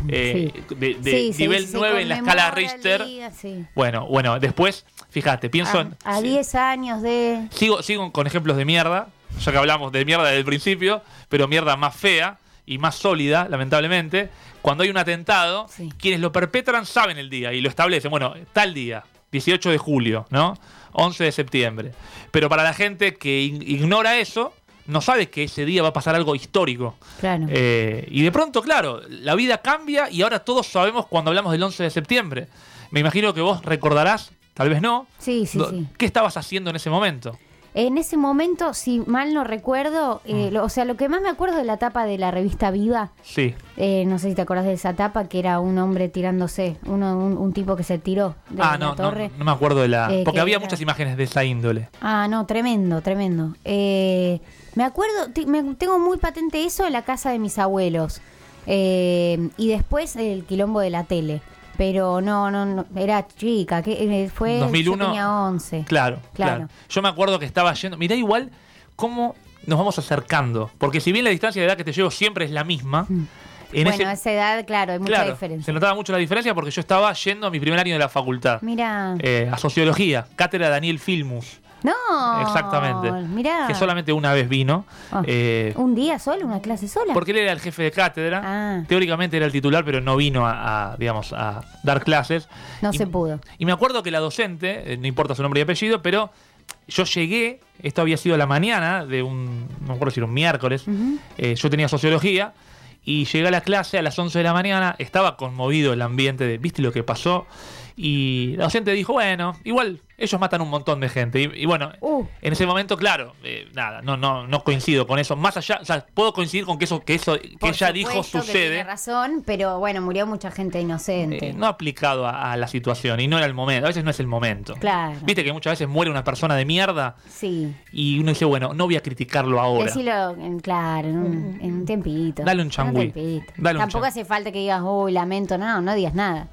[SPEAKER 2] eh, de, de
[SPEAKER 3] Sí, se-
[SPEAKER 2] nivel
[SPEAKER 3] se
[SPEAKER 2] 9 en la escala
[SPEAKER 3] conmemora el
[SPEAKER 2] Richter.
[SPEAKER 3] día, sí. Ah,
[SPEAKER 2] Bueno, bueno, después, fíjate, pienso en.
[SPEAKER 3] a a
[SPEAKER 2] sí.
[SPEAKER 3] 10 años de...
[SPEAKER 2] Sigo, sigo con ejemplos de mierda, ya que hablamos de mierda desde el principio, pero mierda más fea y más sólida, lamentablemente. Cuando hay un atentado,
[SPEAKER 3] Sí.
[SPEAKER 2] quienes lo perpetran saben el día y lo establecen. Bueno, tal día, 18 de julio, ¿no? 11 de septiembre. Pero para la gente que ig- ignora eso, no sabe que ese día va a pasar algo histórico.
[SPEAKER 3] Claro.
[SPEAKER 2] Eh, y de pronto, claro, la vida cambia y ahora todos sabemos cuando hablamos del 11 de septiembre. Me imagino que vos recordarás, tal vez no,
[SPEAKER 3] Sí, sí,
[SPEAKER 2] do-
[SPEAKER 3] sí.
[SPEAKER 2] ¿Qué estabas haciendo en ese momento?
[SPEAKER 3] En ese momento, si mal no recuerdo,
[SPEAKER 2] Mm.
[SPEAKER 3] eh, lo- o sea, lo que más me acuerdo es la tapa de la revista Viva.
[SPEAKER 2] Sí.
[SPEAKER 3] Eh, no sé si te acordás de esa tapa, que era un hombre tirándose, uno, un, un tipo que se tiró de
[SPEAKER 2] ah,
[SPEAKER 3] la
[SPEAKER 2] no, no,
[SPEAKER 3] torre.
[SPEAKER 2] no me acuerdo de la.
[SPEAKER 3] Eh,
[SPEAKER 2] porque
[SPEAKER 3] que
[SPEAKER 2] había
[SPEAKER 3] era-
[SPEAKER 2] muchas imágenes de esa índole.
[SPEAKER 3] Ah, no, tremendo, tremendo. Eh, me acuerdo, te- me- tengo muy patente eso en la casa de mis abuelos. Eh, y después el quilombo de la tele. Pero no, no, no, era chica, que eh, fue... yo
[SPEAKER 2] 2001.
[SPEAKER 3] tenía 11.
[SPEAKER 2] Claro, claro,
[SPEAKER 3] Claro.
[SPEAKER 2] Yo me acuerdo que estaba yendo. Mirá igual cómo nos vamos acercando. Porque si bien la distancia de edad que te llevo siempre es la misma, en
[SPEAKER 3] Mm. bueno,
[SPEAKER 2] ese.
[SPEAKER 3] a esa edad, claro, hay mucha
[SPEAKER 2] claro, se
[SPEAKER 3] diferencia.
[SPEAKER 2] notaba mucho la diferencia porque yo estaba yendo a mi primer año de la facultad.
[SPEAKER 3] Mira...
[SPEAKER 2] eh, a sociología, cátedra Daniel Filmus.
[SPEAKER 3] no.
[SPEAKER 2] exactamente.
[SPEAKER 3] Mirá.
[SPEAKER 2] Que solamente una vez vino.
[SPEAKER 3] Ah,
[SPEAKER 2] eh,
[SPEAKER 3] un día solo, una clase sola.
[SPEAKER 2] Porque él era el jefe de cátedra.
[SPEAKER 3] Ah.
[SPEAKER 2] Teóricamente era el titular, pero no vino a, a, digamos, a dar clases.
[SPEAKER 3] No
[SPEAKER 2] Y-
[SPEAKER 3] se pudo.
[SPEAKER 2] Y me acuerdo que la docente, eh, no importa su nombre y apellido, pero yo llegué, esto había sido la mañana de un, no me acuerdo si era un miércoles, eh, yo tenía sociología. Y llegué a la clase a las 11 de la mañana, estaba conmovido el ambiente de, ¿viste lo que pasó? Y la docente dijo, bueno, igual ellos matan un montón de gente. Y, y bueno,
[SPEAKER 3] Uh.
[SPEAKER 2] en ese momento, claro, eh, nada, no, no, no coincido con eso. Más allá, o sea, puedo coincidir con que eso que, eso, que
[SPEAKER 3] Por
[SPEAKER 2] ella dijo
[SPEAKER 3] supuesto que
[SPEAKER 2] sucede.
[SPEAKER 3] tiene razón, pero bueno, murió mucha gente inocente.
[SPEAKER 2] eh, no aplicado a, a la situación y no era el momento. A veces no es el momento.
[SPEAKER 3] Claro.
[SPEAKER 2] Viste que muchas veces muere una persona de mierda
[SPEAKER 3] Sí.
[SPEAKER 2] y uno dice, bueno, no voy a criticarlo ahora.
[SPEAKER 3] Decilo, en- claro, en un, en un tiempito.
[SPEAKER 2] Dale un
[SPEAKER 3] En
[SPEAKER 2] changüí.
[SPEAKER 3] tiempito.
[SPEAKER 2] Dale un
[SPEAKER 3] Tampoco
[SPEAKER 2] changüí.
[SPEAKER 3] hace falta que digas, uy, lamento, no, no digas nada.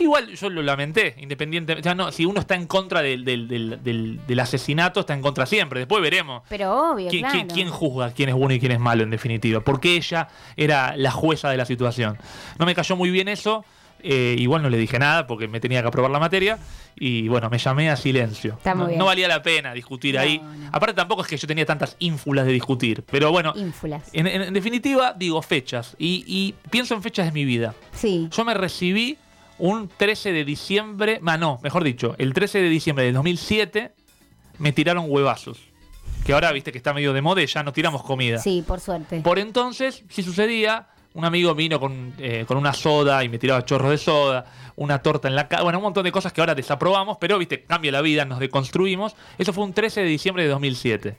[SPEAKER 2] Igual yo lo lamenté, independientemente. O sea, no, si uno está en contra del, del- del- del- del asesinato, está en contra siempre. Después veremos.
[SPEAKER 3] Pero obvio,
[SPEAKER 2] ¿Quién,
[SPEAKER 3] claro.
[SPEAKER 2] quién- quién juzga quién es bueno y quién es malo, en definitiva? Porque ella era la jueza de la situación. No me cayó muy bien eso. eh, igual no le dije nada porque me tenía que aprobar la materia. Y bueno, me llamé a silencio.
[SPEAKER 3] Está muy
[SPEAKER 2] no,
[SPEAKER 3] bien.
[SPEAKER 2] no valía la pena discutir
[SPEAKER 3] No,
[SPEAKER 2] ahí.
[SPEAKER 3] no.
[SPEAKER 2] Aparte, tampoco es que yo tenía tantas ínfulas de discutir. Pero bueno,
[SPEAKER 3] Ínfulas.
[SPEAKER 2] en, en- en definitiva, digo fechas. Y, y pienso en fechas de mi vida.
[SPEAKER 3] Sí.
[SPEAKER 2] Yo me recibí un 13 de diciembre. Ah, no, mejor dicho, el 13 de diciembre del 2007 me tiraron huevazos. Que ahora viste que está medio de moda y ya no tiramos comida.
[SPEAKER 3] Sí, por suerte.
[SPEAKER 2] Por entonces, si sucedía, un amigo vino con, eh, con una soda y me tiraba chorros de soda, una torta en la cara, bueno, un montón de cosas que ahora desaprobamos, pero viste, cambia la vida, nos deconstruimos. Eso fue un 13 de diciembre de 2007.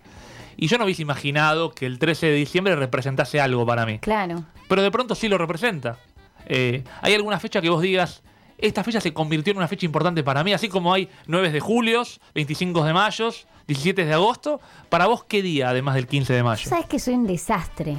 [SPEAKER 2] Y yo no hubiese imaginado que el 13 de diciembre representase algo para mí
[SPEAKER 3] Claro.
[SPEAKER 2] pero de pronto sí lo representa. Eh, ¿Hay alguna fecha que vos digas, esta fecha se convirtió en una fecha importante para mí? Así como hay 9 de julio, 25 de mayo, 17 de agosto. ¿Para vos qué día, además del 15 de mayo?
[SPEAKER 3] Sabes que soy un desastre,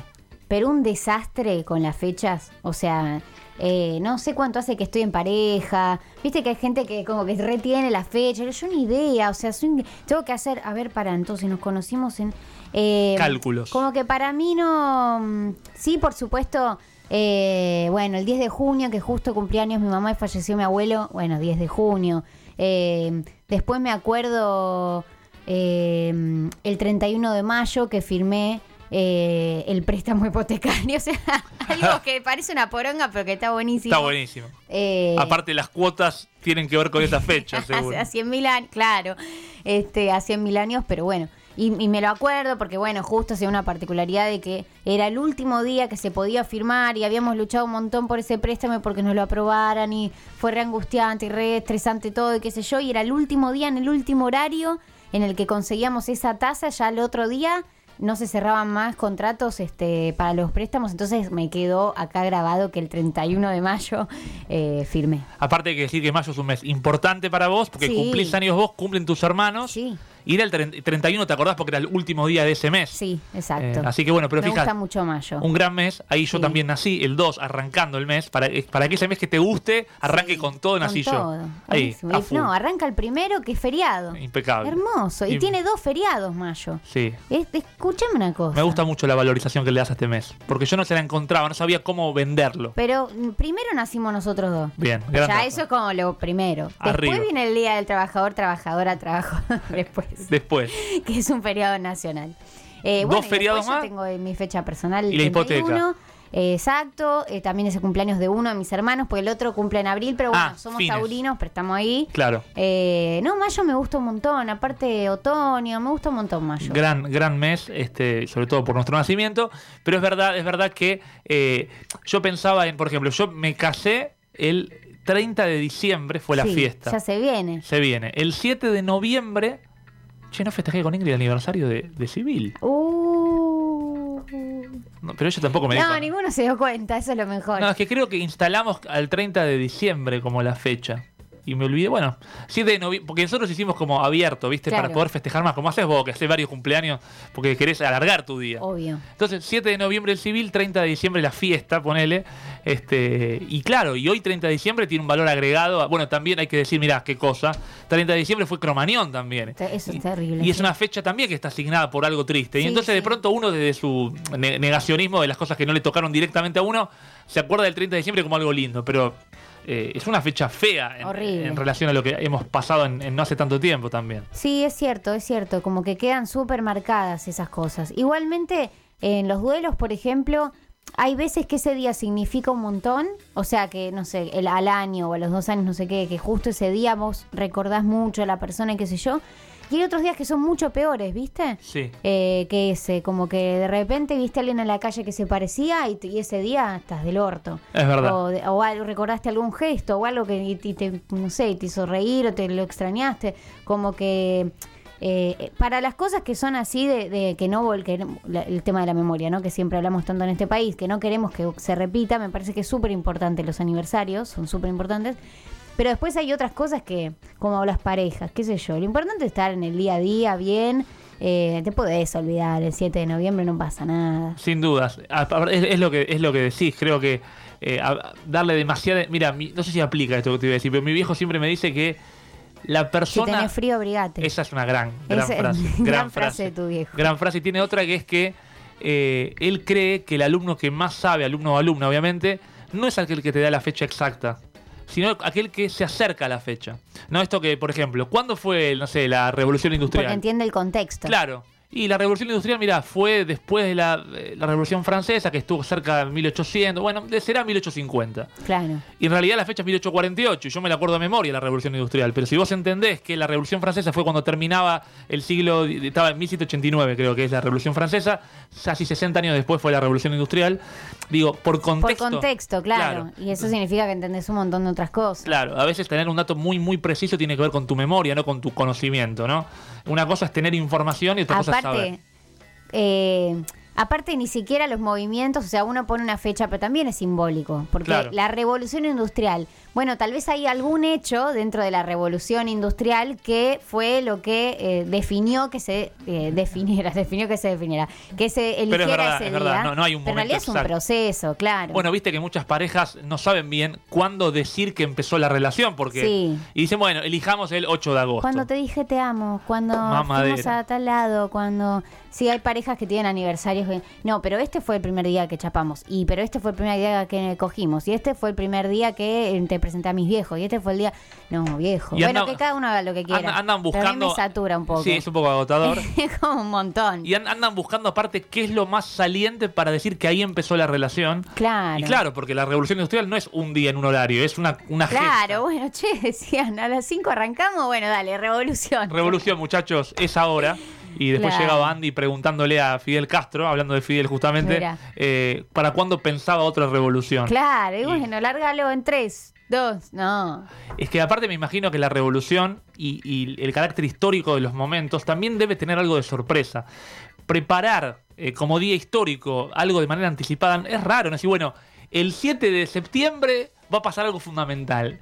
[SPEAKER 3] pero un desastre con las fechas. O sea, eh, no sé cuánto hace que estoy en pareja. Viste que hay gente que como que retiene las fechas. Yo ni idea. O sea, soy un- tengo que hacer. A ver, para entonces nos conocimos en eh,
[SPEAKER 2] Cálculos.
[SPEAKER 3] Como que para mí no. mm, Sí, por supuesto. eh, bueno, el 10 de junio, que justo cumplí años mi mamá y falleció mi abuelo. Bueno, 10 de junio. Eh, después me acuerdo eh, el 31 de mayo que firmé eh, el préstamo (laughs) hipotecario. O sea,
[SPEAKER 2] (laughs)
[SPEAKER 3] algo que parece una poronga, pero que está buenísimo.
[SPEAKER 2] Está buenísimo.
[SPEAKER 3] Eh,
[SPEAKER 2] Aparte, las cuotas tienen que ver con esa
[SPEAKER 3] (laughs)
[SPEAKER 2] fecha, seguro.
[SPEAKER 3] hace, a 100.000 años, claro, este, a 100.000 años, pero bueno. Y, y me lo acuerdo porque, bueno, justo hacía una particularidad de que era el último día que se podía firmar y habíamos luchado un montón por ese préstamo porque nos lo aprobaran y fue re angustiante y re estresante todo y qué sé yo. Y era el último día, en el último horario en el que conseguíamos esa tasa, ya el otro día no se cerraban más contratos este, para los préstamos, entonces me quedó acá grabado que el 31 de mayo eh, firmé.
[SPEAKER 2] Aparte hay que decir que mayo es un mes importante para vos, porque
[SPEAKER 3] Sí.
[SPEAKER 2] cumplís años vos, cumplen tus hermanos.
[SPEAKER 3] Sí.
[SPEAKER 2] Y era el tre- 31, ¿te acordás? Porque era el último día de ese mes.
[SPEAKER 3] Sí, exacto.
[SPEAKER 2] Eh, así que bueno, pero
[SPEAKER 3] me
[SPEAKER 2] fíjate,
[SPEAKER 3] gusta mucho mayo.
[SPEAKER 2] un gran mes. Ahí yo
[SPEAKER 3] Sí.
[SPEAKER 2] también nací, el 2, arrancando el mes. Para, eh, para que ese mes que te guste, arranque con todo,
[SPEAKER 3] Con
[SPEAKER 2] nací yo.
[SPEAKER 3] todo.
[SPEAKER 2] Ahí,
[SPEAKER 3] Buenísimo.
[SPEAKER 2] a
[SPEAKER 3] Y-
[SPEAKER 2] full.
[SPEAKER 3] no, arranca el primero que es feriado.
[SPEAKER 2] Impecable.
[SPEAKER 3] Hermoso. Y
[SPEAKER 2] Im-
[SPEAKER 3] tiene dos feriados mayo.
[SPEAKER 2] Sí.
[SPEAKER 3] Es- escúchame una cosa.
[SPEAKER 2] Me gusta mucho la valorización que le das a este mes, porque yo no se la encontraba, no sabía cómo venderlo.
[SPEAKER 3] Pero mm, primero nacimos nosotros dos.
[SPEAKER 2] Bien,
[SPEAKER 3] Ya
[SPEAKER 2] gran dato.
[SPEAKER 3] eso es como lo primero.
[SPEAKER 2] Arriba.
[SPEAKER 3] Después viene el día del trabajador, trabajadora, trabajo. (laughs) después.
[SPEAKER 2] Después,
[SPEAKER 3] (laughs) que es un feriado nacional. Eh,
[SPEAKER 2] Dos
[SPEAKER 3] bueno, y
[SPEAKER 2] feriados
[SPEAKER 3] después
[SPEAKER 2] más.
[SPEAKER 3] Yo tengo eh, mi fecha personal. el
[SPEAKER 2] Y la hipoteca.
[SPEAKER 3] 31, eh, exacto. eh, también es el cumpleaños de uno de mis hermanos, porque el otro cumple en abril, pero bueno,
[SPEAKER 2] Ah,
[SPEAKER 3] somos
[SPEAKER 2] fines.
[SPEAKER 3] taurinos, pero estamos ahí.
[SPEAKER 2] claro.
[SPEAKER 3] Eh, no, mayo me gusta un montón. Aparte, otoño, me gusta un montón mayo.
[SPEAKER 2] Gran, gran mes, este, sobre todo por nuestro nacimiento. Pero es verdad, es verdad que eh, yo pensaba en, por ejemplo, yo me casé el 30 de diciembre, fue la
[SPEAKER 3] Sí,
[SPEAKER 2] fiesta.
[SPEAKER 3] Ya se viene.
[SPEAKER 2] Se viene. El 7 de noviembre. Che, no festejé con Ingrid el aniversario de, de civil.
[SPEAKER 3] Uh.
[SPEAKER 2] No, pero ella tampoco me dijo.
[SPEAKER 3] No, ninguno se dio cuenta, eso es lo mejor.
[SPEAKER 2] No, es que creo que instalamos al 30 de diciembre como la fecha. Y me olvidé, bueno, 7 de noviembre, porque nosotros hicimos como abierto, ¿viste? Para
[SPEAKER 3] Claro.
[SPEAKER 2] poder festejar más, como haces vos, que haces varios cumpleaños, porque querés alargar tu día.
[SPEAKER 3] Obvio.
[SPEAKER 2] Entonces, 7 de noviembre el civil, 30 de diciembre la fiesta, ponele. Este, y claro, y hoy 30 de diciembre tiene un valor agregado. a- Bueno, también hay que decir, mirá, qué cosa. 30 de diciembre fue Cromañón también.
[SPEAKER 3] Te- eso es
[SPEAKER 2] Y-
[SPEAKER 3] terrible,
[SPEAKER 2] Y es
[SPEAKER 3] sí.
[SPEAKER 2] una fecha también que está asignada por algo triste. y
[SPEAKER 3] Sí,
[SPEAKER 2] entonces, de
[SPEAKER 3] sí.
[SPEAKER 2] pronto, uno desde su ne- negacionismo de las cosas que no le tocaron directamente a uno, se acuerda del 30 de diciembre como algo lindo, pero. eh, es una fecha fea en,
[SPEAKER 3] Horrible.
[SPEAKER 2] en relación a lo que hemos pasado en- en no hace tanto tiempo también.
[SPEAKER 3] Sí, es cierto, es cierto, como que quedan súper marcadas esas cosas. Igualmente, en los duelos, por ejemplo, hay veces que ese día significa un montón, o sea que, no sé, el, al año o a los dos años, no sé qué, que justo ese día vos recordás mucho a la persona y qué sé yo. Y hay otros días que son mucho peores, ¿viste?
[SPEAKER 2] Sí.
[SPEAKER 3] Eh, que es eh, como que de repente viste a alguien en la calle que se parecía y, t- y ese día estás del orto.
[SPEAKER 2] Es verdad.
[SPEAKER 3] O, de- o algo- recordaste algún gesto o algo que y- y te, no sé, te hizo reír o te lo extrañaste. Como que eh, para las cosas que son así de, de que no vol- que no- la- el tema de la memoria, ¿no? Que siempre hablamos tanto en este país, que no queremos que se repita, me parece que es súper importante los aniversarios, son súper importantes. Pero después hay otras cosas que, como las parejas, qué sé yo. Lo importante es estar en el día a día bien. eh, te podés olvidar, el 7 de noviembre no pasa nada.
[SPEAKER 2] Sin dudas. A- a- Es, es lo que, es lo que decís. Creo que eh, a- darle demasiada. Mira, mi- no sé si aplica esto que te iba a decir, pero mi viejo siempre me dice que la
[SPEAKER 3] Si
[SPEAKER 2] persona.
[SPEAKER 3] tenés frío, abrigate.
[SPEAKER 2] Esa es una gran, gran
[SPEAKER 3] Esa es (laughs)
[SPEAKER 2] frase.
[SPEAKER 3] gran frase de tu viejo.
[SPEAKER 2] Gran frase. Y tiene otra que es que eh, él cree que el alumno que más sabe, alumno o alumna, obviamente, no es aquel que te da la fecha exacta, sino aquel que se acerca a la fecha. No esto que, por ejemplo, ¿cuándo fue, no sé, la revolución industrial?
[SPEAKER 3] Porque entiende el contexto.
[SPEAKER 2] Claro. Y la revolución industrial, mira, fue después de la, eh, la revolución francesa, que estuvo cerca de 1800, bueno, de- será 1850.
[SPEAKER 3] Claro.
[SPEAKER 2] Y en realidad la fecha es 1848, y yo me la acuerdo a memoria la revolución industrial, pero si vos entendés que la revolución francesa fue cuando terminaba el siglo, estaba en 1789 creo que es la revolución francesa, casi 60 años después fue la revolución industrial, digo, por
[SPEAKER 3] Por
[SPEAKER 2] contexto.
[SPEAKER 3] contexto, claro. Y eso significa que entendés un montón de otras cosas.
[SPEAKER 2] Claro, a veces tener un dato muy, muy preciso tiene que ver con tu memoria, no con tu conocimiento, ¿no? Una cosa es tener información y otra cosa es saber.
[SPEAKER 3] Aparte, eh, aparte ni siquiera los movimientos, o sea, uno pone una fecha, pero también es simbólico, porque
[SPEAKER 2] Claro.
[SPEAKER 3] la revolución industrial, bueno, tal vez hay algún hecho dentro de la revolución industrial que fue lo que eh, definió que se eh, definiera, (laughs) definió que se definiera, que se eligiera
[SPEAKER 2] verdad,
[SPEAKER 3] ese
[SPEAKER 2] es
[SPEAKER 3] día.
[SPEAKER 2] verdad, no- no hay un
[SPEAKER 3] pero en
[SPEAKER 2] momento
[SPEAKER 3] realidad es un
[SPEAKER 2] exacto.
[SPEAKER 3] proceso, claro.
[SPEAKER 2] Bueno, viste que muchas parejas no saben bien cuándo decir que empezó la relación, porque.
[SPEAKER 3] Sí.
[SPEAKER 2] Y dicen, bueno, elijamos el 8 de agosto.
[SPEAKER 3] Cuando te dije te amo, cuando
[SPEAKER 2] Mamadera.
[SPEAKER 3] fuimos a tal lado, cuando sí hay parejas que tienen aniversarios eh, no, pero este fue el primer día que chapamos, y pero este fue el primer día que cogimos, y este fue el primer día que eh, te presenté a mis viejos, y este fue el día, no, viejo.
[SPEAKER 2] Y
[SPEAKER 3] bueno,
[SPEAKER 2] andan-
[SPEAKER 3] que cada uno haga lo que quiera.
[SPEAKER 2] Andan, andan buscando.
[SPEAKER 3] También me satura un poco. (laughs)
[SPEAKER 2] Sí, es un poco agotador.
[SPEAKER 3] Es como un montón.
[SPEAKER 2] y an- andan buscando, aparte, qué es lo más saliente para decir que ahí empezó la relación.
[SPEAKER 3] Claro.
[SPEAKER 2] Y claro, (laughs) porque la revolución industrial no es un día en un horario, es una, una gesta.
[SPEAKER 3] Claro, bueno, che, (laughs) decían, a las 5 arrancamos, bueno, dale, revolución.
[SPEAKER 2] Revolución, muchachos, es ahora. Y después
[SPEAKER 3] Claro.
[SPEAKER 2] llegaba Andy preguntándole a Fidel Castro, hablando de Fidel justamente,
[SPEAKER 3] Mirá.
[SPEAKER 2] eh, para cuándo pensaba otra revolución.
[SPEAKER 3] Claro, y
[SPEAKER 2] Y-
[SPEAKER 3] bueno, lárgalo en 3, 2, no.
[SPEAKER 2] Es que aparte me imagino que la revolución y, y el carácter histórico de los momentos también debe tener algo de sorpresa. Preparar eh, como día histórico algo de manera anticipada es raro, no es decir, bueno, el 7 de septiembre va a pasar algo fundamental.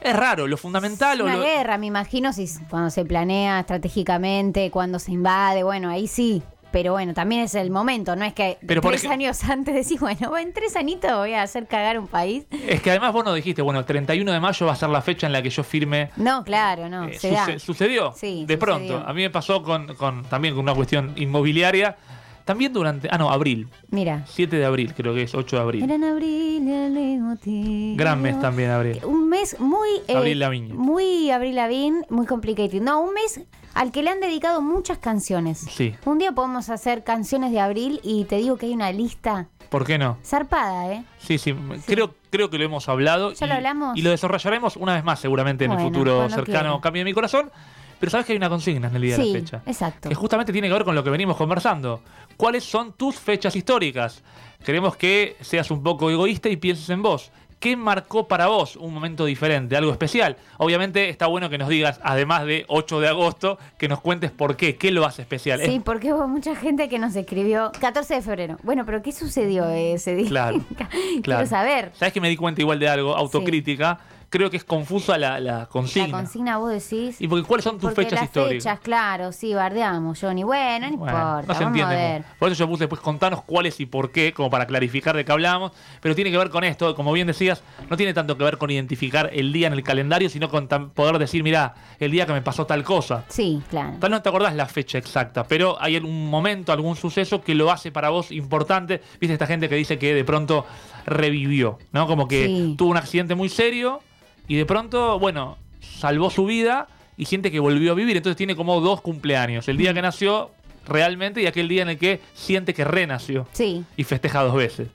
[SPEAKER 2] Es raro, lo fundamental o
[SPEAKER 3] Una
[SPEAKER 2] lo-
[SPEAKER 3] guerra, me imagino, si s- cuando se planea estratégicamente, cuando se invade, bueno, ahí sí. Pero bueno, también es el momento, no es que
[SPEAKER 2] Pero por
[SPEAKER 3] tres
[SPEAKER 2] ej-
[SPEAKER 3] años (laughs) antes decís, bueno, en tres añitos voy a hacer cagar un país.
[SPEAKER 2] Es que además vos no dijiste, bueno, el 31 de mayo va a ser la fecha en la que yo firme
[SPEAKER 3] No, claro, no,
[SPEAKER 2] Eh,
[SPEAKER 3] se da.
[SPEAKER 2] suce- Sucedió.
[SPEAKER 3] Sí,
[SPEAKER 2] de
[SPEAKER 3] sucedió.
[SPEAKER 2] pronto. A mí me pasó con, con- también con una cuestión inmobiliaria. También durante. Ah, no, abril.
[SPEAKER 3] Mira,
[SPEAKER 2] 7 de abril, creo que es 8 de abril.
[SPEAKER 3] era en abril el emotivo.
[SPEAKER 2] Gran mes también, abril.
[SPEAKER 3] Un mes muy. eh,
[SPEAKER 2] Avril Lavigne.
[SPEAKER 3] Muy Abril Lavigne, muy complicated. No, un mes al que le han dedicado muchas canciones.
[SPEAKER 2] Sí.
[SPEAKER 3] Un día podemos hacer canciones de abril y te digo que hay una lista
[SPEAKER 2] ¿Por qué no?
[SPEAKER 3] zarpada, ¿eh?
[SPEAKER 2] Sí, sí. Creo, creo que lo hemos hablado.
[SPEAKER 3] ¿Ya
[SPEAKER 2] y,
[SPEAKER 3] lo hablamos?
[SPEAKER 2] Y lo desarrollaremos una vez más, seguramente en el
[SPEAKER 3] Bueno,
[SPEAKER 2] futuro
[SPEAKER 3] cuando
[SPEAKER 2] cercano.
[SPEAKER 3] quiera.
[SPEAKER 2] Cambio de mi corazón. Pero sabes que hay una consigna en el día
[SPEAKER 3] Sí,
[SPEAKER 2] de la fecha.
[SPEAKER 3] exacto.
[SPEAKER 2] Que justamente tiene que ver con lo que venimos conversando. ¿Cuáles son tus fechas históricas? Queremos que seas un poco egoísta y pienses en vos. ¿Qué marcó para vos un momento diferente, algo especial? Obviamente está bueno que nos digas, además de 8 de agosto, que nos cuentes por qué, qué lo hace especial.
[SPEAKER 3] Sí,
[SPEAKER 2] Es-
[SPEAKER 3] porque hubo mucha gente que nos escribió 14 de febrero. Bueno, pero ¿qué sucedió ese día?
[SPEAKER 2] Claro,
[SPEAKER 3] (laughs) Quiero
[SPEAKER 2] claro.
[SPEAKER 3] saber.
[SPEAKER 2] ¿Sabes que me di cuenta igual de algo? Autocrítica. Creo que es confusa la, la
[SPEAKER 3] La
[SPEAKER 2] consigna.
[SPEAKER 3] consigna vos decís.
[SPEAKER 2] ¿Y porque cuáles son tus
[SPEAKER 3] Porque
[SPEAKER 2] fechas
[SPEAKER 3] las
[SPEAKER 2] históricas?
[SPEAKER 3] fechas, claro, sí, bardeamos, Johnny. Bueno, no
[SPEAKER 2] Bueno,
[SPEAKER 3] importa,
[SPEAKER 2] no se
[SPEAKER 3] vamos a
[SPEAKER 2] entiende.
[SPEAKER 3] ver.
[SPEAKER 2] mucho. Por eso yo puse después contanos cuáles y por qué, como para clarificar de qué hablamos. Pero tiene que ver con esto, como bien decías, no tiene tanto que ver con identificar el día en el calendario, sino con tan- poder decir, mira, el día que me pasó tal cosa.
[SPEAKER 3] Sí, claro.
[SPEAKER 2] Tal vez no te acordás la fecha exacta, pero hay algún momento, algún suceso que lo hace para vos importante. Viste esta gente que dice que de pronto revivió, ¿no? Como que
[SPEAKER 3] Sí.
[SPEAKER 2] tuvo un accidente muy serio y de pronto, bueno, salvó su vida y siente que volvió a vivir. Entonces tiene como dos cumpleaños. El día
[SPEAKER 3] Mm.
[SPEAKER 2] que nació realmente y aquel día en el que siente que renació
[SPEAKER 3] Sí,
[SPEAKER 2] y festeja dos veces.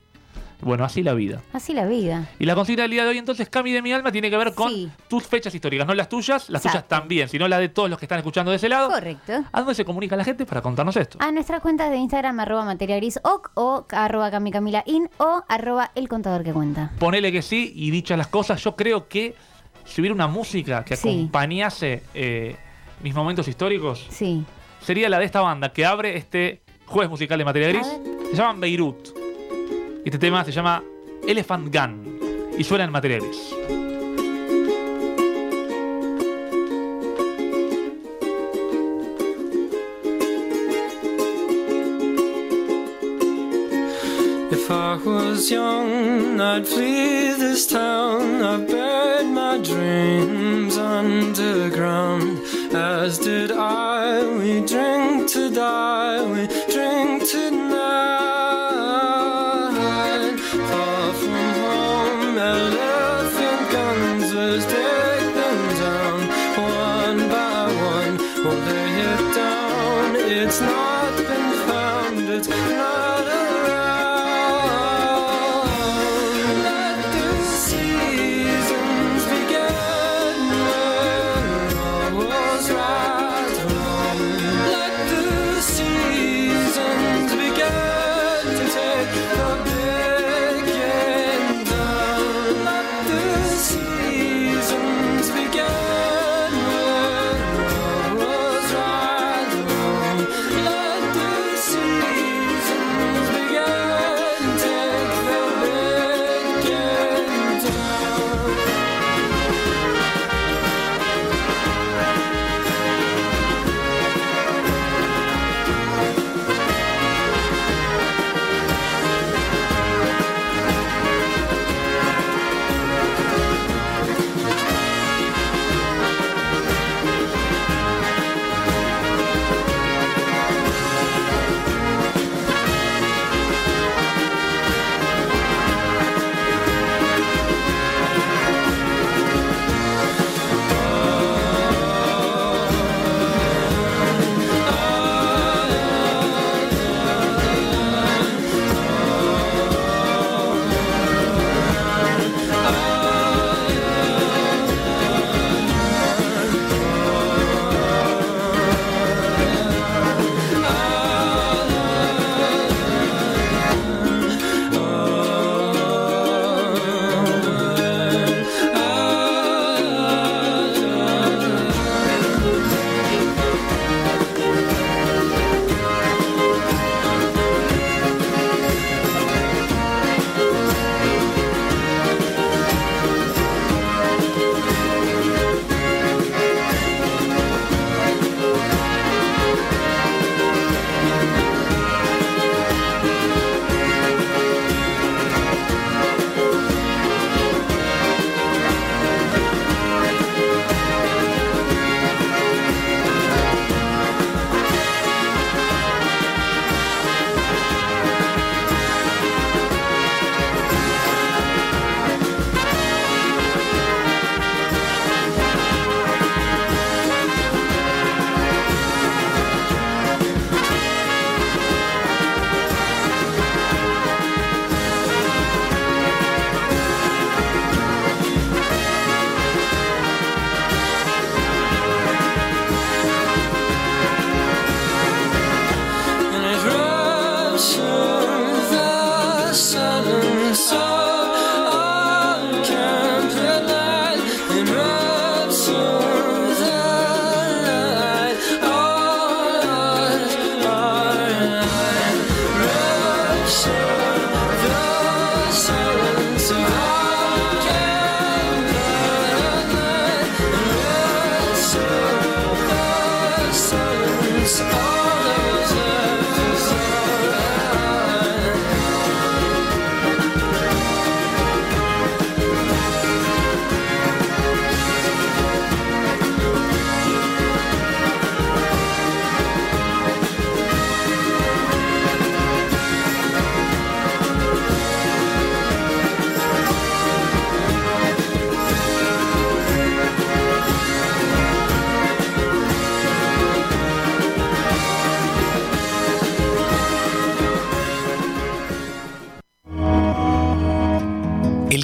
[SPEAKER 2] Bueno, así la vida.
[SPEAKER 3] así la vida.
[SPEAKER 2] Y la consigna del día de hoy, entonces, Cami de mi alma, tiene que ver con
[SPEAKER 3] Sí.
[SPEAKER 2] tus fechas históricas. No las tuyas, las tuyas
[SPEAKER 3] Exacto.
[SPEAKER 2] también, sino las de todos los que están escuchando de ese lado.
[SPEAKER 3] Correcto.
[SPEAKER 2] ¿A dónde se comunica la gente para contarnos esto?
[SPEAKER 3] A nuestras cuentas de Instagram, arroba materia gris oc, o arroba camicamilain o arroba el contador que cuenta.
[SPEAKER 2] Ponele que sí y dichas las cosas, yo creo que si hubiera una música que
[SPEAKER 3] Sí.
[SPEAKER 2] acompañase eh, mis momentos históricos,
[SPEAKER 3] Sí.
[SPEAKER 2] sería la de esta banda que abre este jueves musical de materia gris.
[SPEAKER 3] A
[SPEAKER 2] Se llaman Beirut. Y Este tema se llama Elephant Gun y suena en materia gris.
[SPEAKER 4] If I was young, I'd flee this town. I buried my dreams underground. As did I, we drink to die, we drink tonight. Far from home, elephant guns was taken down one by one. Won't they hit down? It's not been found, it's not around. Let the seasons begin when all was right wrong. Let the seasons begin.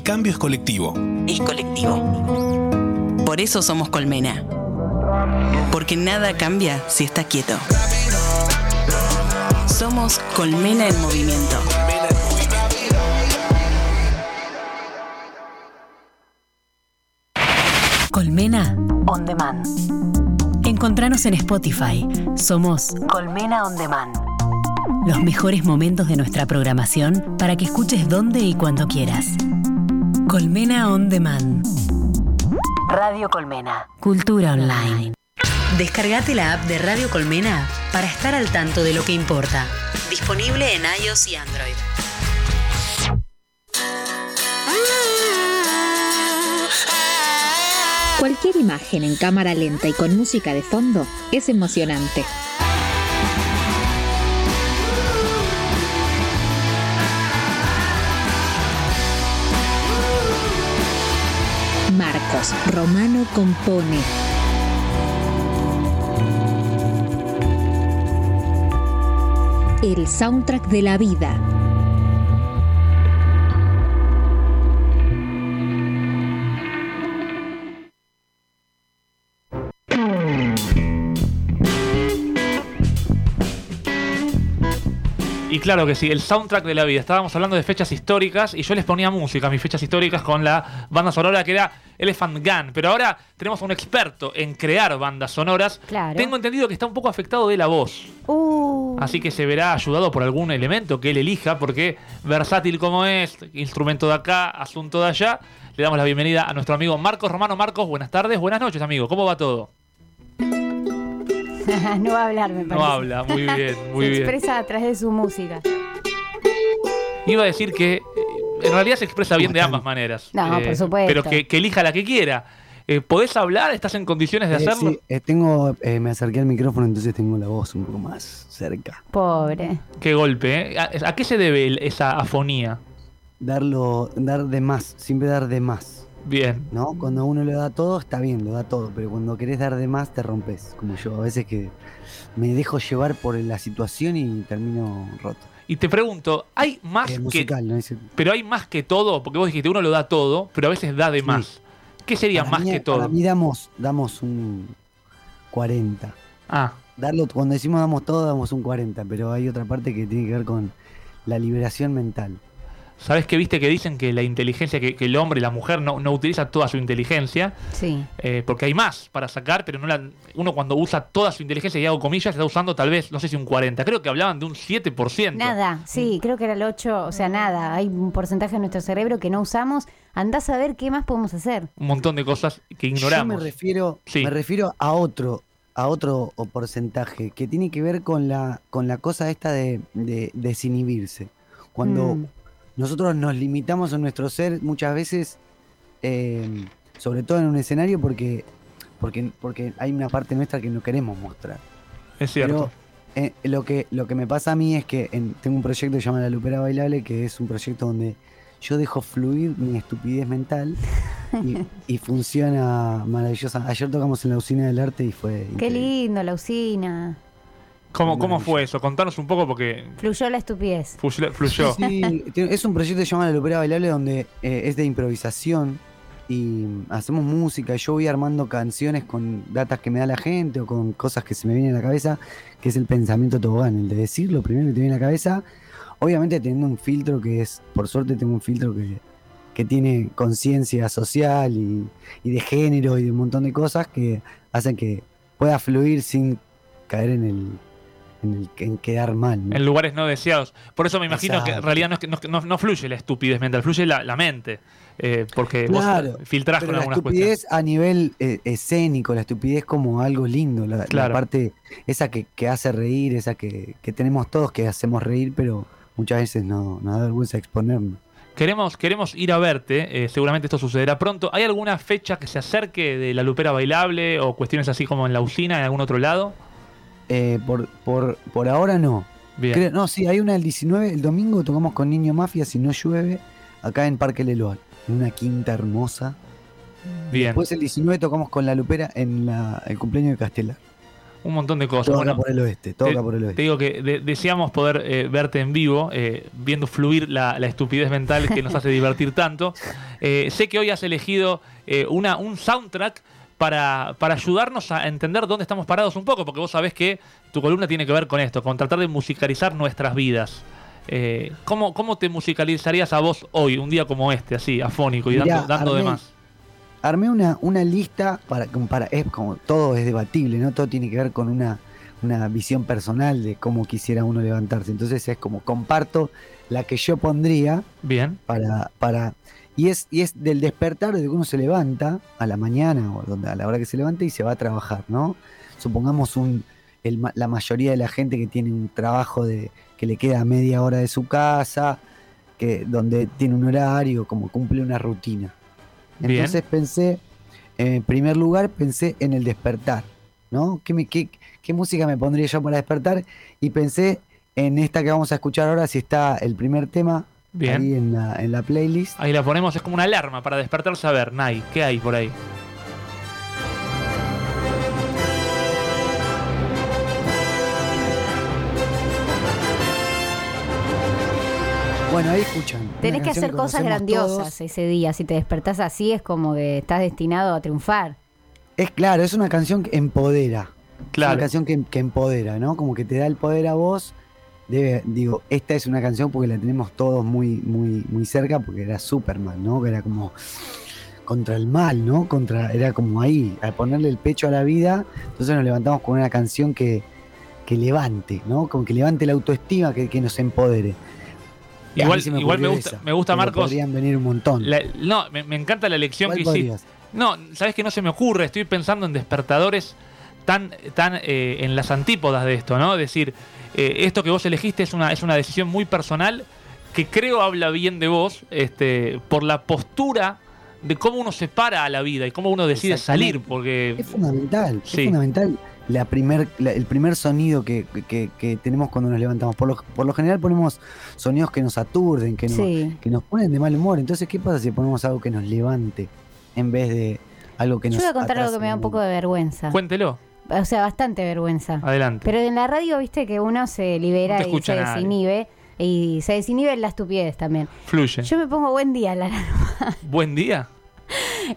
[SPEAKER 5] cambio es colectivo.
[SPEAKER 6] es colectivo. Por eso somos Colmena. Porque nada cambia si está quieto. Somos Colmena en movimiento.
[SPEAKER 7] Colmena,
[SPEAKER 8] On Demand.
[SPEAKER 7] encontranos en Spotify. Somos
[SPEAKER 8] Colmena On Demand.
[SPEAKER 7] los mejores momentos de nuestra programación para que escuches donde y cuando quieras. Colmena On Demand.
[SPEAKER 8] Radio Colmena.
[SPEAKER 7] Cultura online. Descargate la app de Radio Colmena para estar al tanto de lo que importa. Disponible en iOS y Android.
[SPEAKER 9] Cualquier imagen en cámara lenta y con música de fondo es emocionante. Marcos Romano compone. El soundtrack de la vida.
[SPEAKER 2] Y claro que sí, el soundtrack de la vida. Estábamos hablando de fechas históricas y yo les ponía música, mis fechas históricas, con la banda sonora que era Elephant Gun. Pero ahora tenemos a un experto en crear bandas sonoras.
[SPEAKER 3] Claro.
[SPEAKER 2] Tengo entendido que está un poco afectado de la voz.
[SPEAKER 3] Uh, (laughs)
[SPEAKER 2] Así que se verá ayudado por algún elemento que él elija, porque versátil como es, instrumento de acá, asunto de allá. Le damos la bienvenida a nuestro amigo Marcos Romano. Marcos, buenas tardes, buenas noches, amigo. ¿Cómo va todo?
[SPEAKER 3] no va a hablar, me parece.
[SPEAKER 2] No habla, muy bien, muy
[SPEAKER 3] (laughs) se
[SPEAKER 2] bien.
[SPEAKER 3] expresa a través de su música.
[SPEAKER 2] Iba a decir que eh, en realidad se expresa bien de ambas maneras. Eh,
[SPEAKER 3] No, por supuesto.
[SPEAKER 2] Pero que, que elija la que quiera. Eh, ¿Podés hablar? ¿Estás en condiciones de
[SPEAKER 10] Eh,
[SPEAKER 2] hacerlo?
[SPEAKER 10] sí, eh, tengo, eh, me acerqué al micrófono, entonces tengo la voz un poco más cerca.
[SPEAKER 3] Pobre.
[SPEAKER 2] Qué golpe, ¿eh? ¿A, a qué se debe el- esa afonía?
[SPEAKER 10] Darlo, dar de más, siempre dar de más.
[SPEAKER 2] Bien.
[SPEAKER 10] ¿No? Cuando uno le da todo, está bien, lo da todo, pero cuando querés dar de más, te rompes. Como yo, a veces que me dejo llevar por la situación y termino roto.
[SPEAKER 2] Y te pregunto, ¿hay más
[SPEAKER 10] Eh,
[SPEAKER 2] Ah, que
[SPEAKER 10] musical, ¿no? Ese-
[SPEAKER 2] Pero hay más que todo, porque vos dijiste, uno lo da todo, pero a veces da de
[SPEAKER 10] Sí.
[SPEAKER 2] más. ¿Qué sería
[SPEAKER 10] para
[SPEAKER 2] más
[SPEAKER 10] mí-
[SPEAKER 2] que
[SPEAKER 10] Para
[SPEAKER 2] todo?
[SPEAKER 10] mí damos, damos un 40.
[SPEAKER 2] Ah,
[SPEAKER 10] Darlo, cuando decimos damos todo, damos un 40, pero hay otra parte que tiene que ver con la liberación mental.
[SPEAKER 2] ¿sabés qué viste que dicen que la inteligencia, que, que el hombre y la mujer no, no utiliza toda su inteligencia?
[SPEAKER 3] Sí.
[SPEAKER 2] eh, porque hay más para sacar, pero no la, uno cuando usa toda su inteligencia, y hago comillas, está usando tal vez, no sé si un 40, creo que hablaban de un 7%.
[SPEAKER 3] Nada,
[SPEAKER 10] Mm.
[SPEAKER 3] sí, creo que era el 8, o sea, nada. Hay un porcentaje de nuestro cerebro que no usamos. Andás a ver qué más podemos hacer.
[SPEAKER 2] Un montón de cosas que
[SPEAKER 10] Yo
[SPEAKER 2] ignoramos.
[SPEAKER 10] me refiero,
[SPEAKER 2] Sí.
[SPEAKER 10] me refiero a otro, a otro o porcentaje que tiene que ver con la, con la cosa esta de, de desinhibirse. Cuando
[SPEAKER 3] Mm.
[SPEAKER 10] nosotros nos limitamos a nuestro ser, muchas veces, eh, sobre todo en un escenario, porque, porque, porque hay una parte nuestra que no queremos mostrar.
[SPEAKER 2] es cierto.
[SPEAKER 10] Pero eh, lo, que, lo que me pasa a mí es que en- tengo un proyecto que se llama La Lupera Bailable, que es un proyecto donde yo dejo fluir mi estupidez mental y, y funciona maravillosa. Ayer tocamos en la usina del arte y fue.
[SPEAKER 3] Qué
[SPEAKER 10] increíble.
[SPEAKER 3] lindo, la usina.
[SPEAKER 2] ¿Cómo, ¿Cómo fue eso? Contanos un poco porque
[SPEAKER 3] Fluyó la estupidez.
[SPEAKER 2] fluyó. fluyó.
[SPEAKER 10] Sí, tiene- es un proyecto que se llama La Lupera Bailable donde eh, es de improvisación y hacemos música. Yo voy armando canciones con datas que me da la gente o con cosas que se me vienen a la cabeza, que es el pensamiento tobogán, el de decir lo primero que te viene a la cabeza. Obviamente teniendo un filtro que es, por suerte tengo un filtro que, que tiene conciencia social y, y de género y de un montón de cosas que hacen que pueda fluir sin caer en el... En, el, en quedar mal. ¿no?
[SPEAKER 2] En lugares no deseados. Por eso me imagino que en
[SPEAKER 10] Exacto.
[SPEAKER 2] realidad no, es que- no- no- no fluye la estupidez mental, fluye la, la mente. Eh, porque
[SPEAKER 10] Claro,
[SPEAKER 2] vos filtrás
[SPEAKER 10] Pero
[SPEAKER 2] con
[SPEAKER 10] la
[SPEAKER 2] algunas
[SPEAKER 10] estupidez
[SPEAKER 2] cuestiones.
[SPEAKER 10] a nivel eh, escénico, la estupidez como algo lindo, la, la
[SPEAKER 2] Claro.
[SPEAKER 10] parte esa que, que hace reír, esa que, que tenemos todos que hacemos reír, pero muchas veces no, nos da vergüenza exponernos.
[SPEAKER 2] Queremos, queremos ir a verte, eh, seguramente esto sucederá pronto. ¿Hay alguna fecha que se acerque de la lupera bailable o cuestiones así como en la usina, en algún otro lado?
[SPEAKER 10] Eh, por, por, por ahora no.
[SPEAKER 2] Bien.
[SPEAKER 10] Creo- no, sí, hay una el 19, el domingo tocamos con Niño Mafia, si no llueve, acá en Parque Leloal, en una quinta hermosa.
[SPEAKER 2] Bien.
[SPEAKER 10] Después el 19 tocamos con La Lupera en la- el cumpleaños de Castela.
[SPEAKER 2] un montón de cosas.
[SPEAKER 10] Todo
[SPEAKER 2] Bueno, Eh,
[SPEAKER 10] acá por el oeste, todo
[SPEAKER 2] te,
[SPEAKER 10] acá por el
[SPEAKER 2] te
[SPEAKER 10] oeste.
[SPEAKER 2] digo que de- deseamos poder eh, verte en vivo, eh, viendo fluir la, la estupidez mental que nos
[SPEAKER 10] (laughs)
[SPEAKER 2] hace divertir tanto. Eh, sé que hoy has elegido eh, una, un soundtrack para, para ayudarnos a entender dónde estamos parados un poco, porque vos sabés que tu columna tiene que ver con esto, con tratar de musicalizar nuestras vidas. Eh, ¿cómo, ¿Cómo te musicalizarías a vos hoy, un día como este, así, afónico y dando,
[SPEAKER 10] Mirá,
[SPEAKER 2] dando de
[SPEAKER 10] Arnés,
[SPEAKER 2] más?
[SPEAKER 10] Armé una, una lista para, como para es como todo es debatible, ¿no? Todo tiene que ver con una, una visión personal de cómo quisiera uno levantarse. Entonces es como comparto la que yo pondría
[SPEAKER 2] Bien,
[SPEAKER 10] para, para y es, y es del despertar de que uno se levanta a la mañana o donde, a la hora que se levante y se va a trabajar, ¿no? Supongamos un, el ma- la mayoría de la gente que tiene un trabajo de, que le queda media hora de su casa, que, donde tiene un horario, como cumple una rutina.
[SPEAKER 2] Bien.
[SPEAKER 10] Entonces pensé, en primer lugar, pensé en el despertar, ¿no? ¿Qué, me- qué- qué música me pondría yo para despertar? Y pensé en esta que vamos a escuchar ahora, si está el primer tema
[SPEAKER 2] bien.
[SPEAKER 10] ahí en la, en la playlist.
[SPEAKER 2] Ahí la ponemos, es como una alarma para despertarse a ver, Nay, ¿qué hay por ahí?
[SPEAKER 10] Bueno, ahí escuchan. una
[SPEAKER 3] Tenés que
[SPEAKER 10] canción
[SPEAKER 3] hacer cosas
[SPEAKER 10] conocemos
[SPEAKER 3] grandiosas eh.
[SPEAKER 10] todos.
[SPEAKER 3] ese día. Si te despertás así, es como que estás destinado a triunfar.
[SPEAKER 10] Es claro, es una canción que empodera. Es una
[SPEAKER 2] Claro.
[SPEAKER 10] canción que, que empodera, ¿no? Como que te da el poder a vos. Debe, digo, esta es una canción porque la tenemos todos muy, muy, muy cerca, porque era Superman, ¿no? Que era como contra el mal, ¿no? Contra, era como ahí, al ponerle el pecho a la vida. Entonces nos levantamos con una canción que, que levante, ¿no? Como que levante la autoestima, que, que nos empodere. Y a
[SPEAKER 2] Igual-
[SPEAKER 10] mí se
[SPEAKER 2] igual me
[SPEAKER 10] ocurrió
[SPEAKER 2] gusta-
[SPEAKER 10] esa,
[SPEAKER 2] me gusta,
[SPEAKER 10] pero
[SPEAKER 2] Marcos,
[SPEAKER 10] Podrían venir un montón.
[SPEAKER 2] La- no, me, me encanta la elección
[SPEAKER 10] ¿Cuál
[SPEAKER 2] que hiciste.
[SPEAKER 10] podrías?
[SPEAKER 2] No, sabes que no se me ocurre, estoy pensando en despertadores tan, tan eh, en las antípodas de esto, ¿no? Es decir, eh, esto que vos elegiste es una, es una decisión muy personal que creo habla bien de vos este, por la postura de cómo uno se para a la vida y cómo uno decide
[SPEAKER 10] Exactamente.
[SPEAKER 2] salir, porque
[SPEAKER 10] Es fundamental,
[SPEAKER 2] Sí.
[SPEAKER 10] es fundamental la primer, la- el primer sonido que, que- que tenemos cuando nos levantamos. Por lo, por lo general ponemos sonidos que nos aturden, que nos,
[SPEAKER 3] Sí.
[SPEAKER 10] que nos ponen de mal humor. Entonces, ¿qué pasa si ponemos algo que nos levante en vez de algo que
[SPEAKER 3] Yo
[SPEAKER 10] nos
[SPEAKER 3] voy a contar algo
[SPEAKER 10] atrase
[SPEAKER 3] que me da un
[SPEAKER 10] en-
[SPEAKER 3] poco de vergüenza.
[SPEAKER 2] cuéntelo,
[SPEAKER 3] O sea, bastante vergüenza.
[SPEAKER 10] Ah.
[SPEAKER 2] adelante.
[SPEAKER 3] Pero en la radio, viste que uno se
[SPEAKER 2] No
[SPEAKER 3] libera
[SPEAKER 2] te
[SPEAKER 3] y
[SPEAKER 2] escucha
[SPEAKER 3] se
[SPEAKER 2] nadie.
[SPEAKER 3] desinhibe. Y se desinhibe en la estupidez también.
[SPEAKER 2] Fluye.
[SPEAKER 3] Yo me pongo buen día la
[SPEAKER 2] Buen día.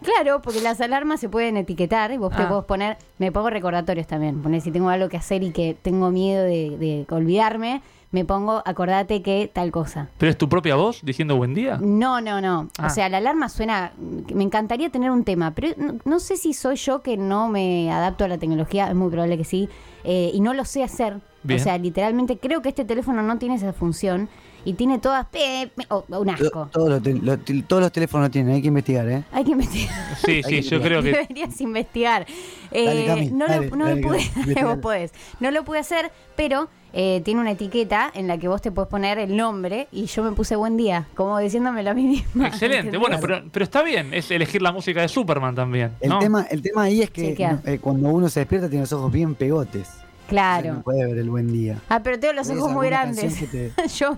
[SPEAKER 3] Claro, porque las alarmas se pueden etiquetar y vos te
[SPEAKER 2] Ah.
[SPEAKER 3] podés poner, me pongo recordatorios también, poner si tengo algo que hacer y que tengo miedo de, de olvidarme, me pongo acordate que tal cosa.
[SPEAKER 2] ¿Pero es tu propia voz diciendo buen día?
[SPEAKER 3] No, no, no.
[SPEAKER 2] Ah.
[SPEAKER 3] O sea, la alarma suena, me encantaría tener un tema, pero no, no sé si soy yo que no me adapto a la tecnología, es muy probable que sí, eh, y no lo sé hacer.
[SPEAKER 2] Bien.
[SPEAKER 3] O sea, literalmente creo que este teléfono no tiene esa función y tiene todas... pe- pe- oh, un asco.
[SPEAKER 10] Lo- Todos los, tel- lo- tel- todos los teléfonos lo tienen, hay que investigar, ¿eh?
[SPEAKER 3] Hay que investigar.
[SPEAKER 2] Sí, sí,
[SPEAKER 10] Ahí
[SPEAKER 2] yo
[SPEAKER 10] diría.
[SPEAKER 2] creo que
[SPEAKER 3] (laughs) Deberías investigar.
[SPEAKER 10] Dale,
[SPEAKER 3] Eh,
[SPEAKER 10] Cami,
[SPEAKER 3] no
[SPEAKER 10] dale,
[SPEAKER 3] lo, no lo
[SPEAKER 10] dale,
[SPEAKER 3] pude,
[SPEAKER 10] Cami,
[SPEAKER 3] (laughs) vos
[SPEAKER 10] investigalo.
[SPEAKER 3] podés. No lo pude hacer, pero eh, tiene una etiqueta en la que vos te podés poner el nombre y yo me puse buen día, como diciéndomelo a mí (laughs)
[SPEAKER 2] (laughs)
[SPEAKER 3] misma.
[SPEAKER 2] Excelente,
[SPEAKER 3] ¿entendés?
[SPEAKER 2] bueno, pero, pero está bien, es elegir la música de Superman también.
[SPEAKER 10] El,
[SPEAKER 2] ¿no?
[SPEAKER 10] tema, el tema ahí es que
[SPEAKER 3] Sí, ¿qué?
[SPEAKER 10] no, eh, cuando uno se despierta tiene los ojos bien pegotes. Entonces No
[SPEAKER 3] Claro.
[SPEAKER 10] puede ver el buen día.
[SPEAKER 3] Ah, pero tengo los
[SPEAKER 10] Es
[SPEAKER 3] ojos muy
[SPEAKER 10] alguna
[SPEAKER 3] grandes.
[SPEAKER 10] canción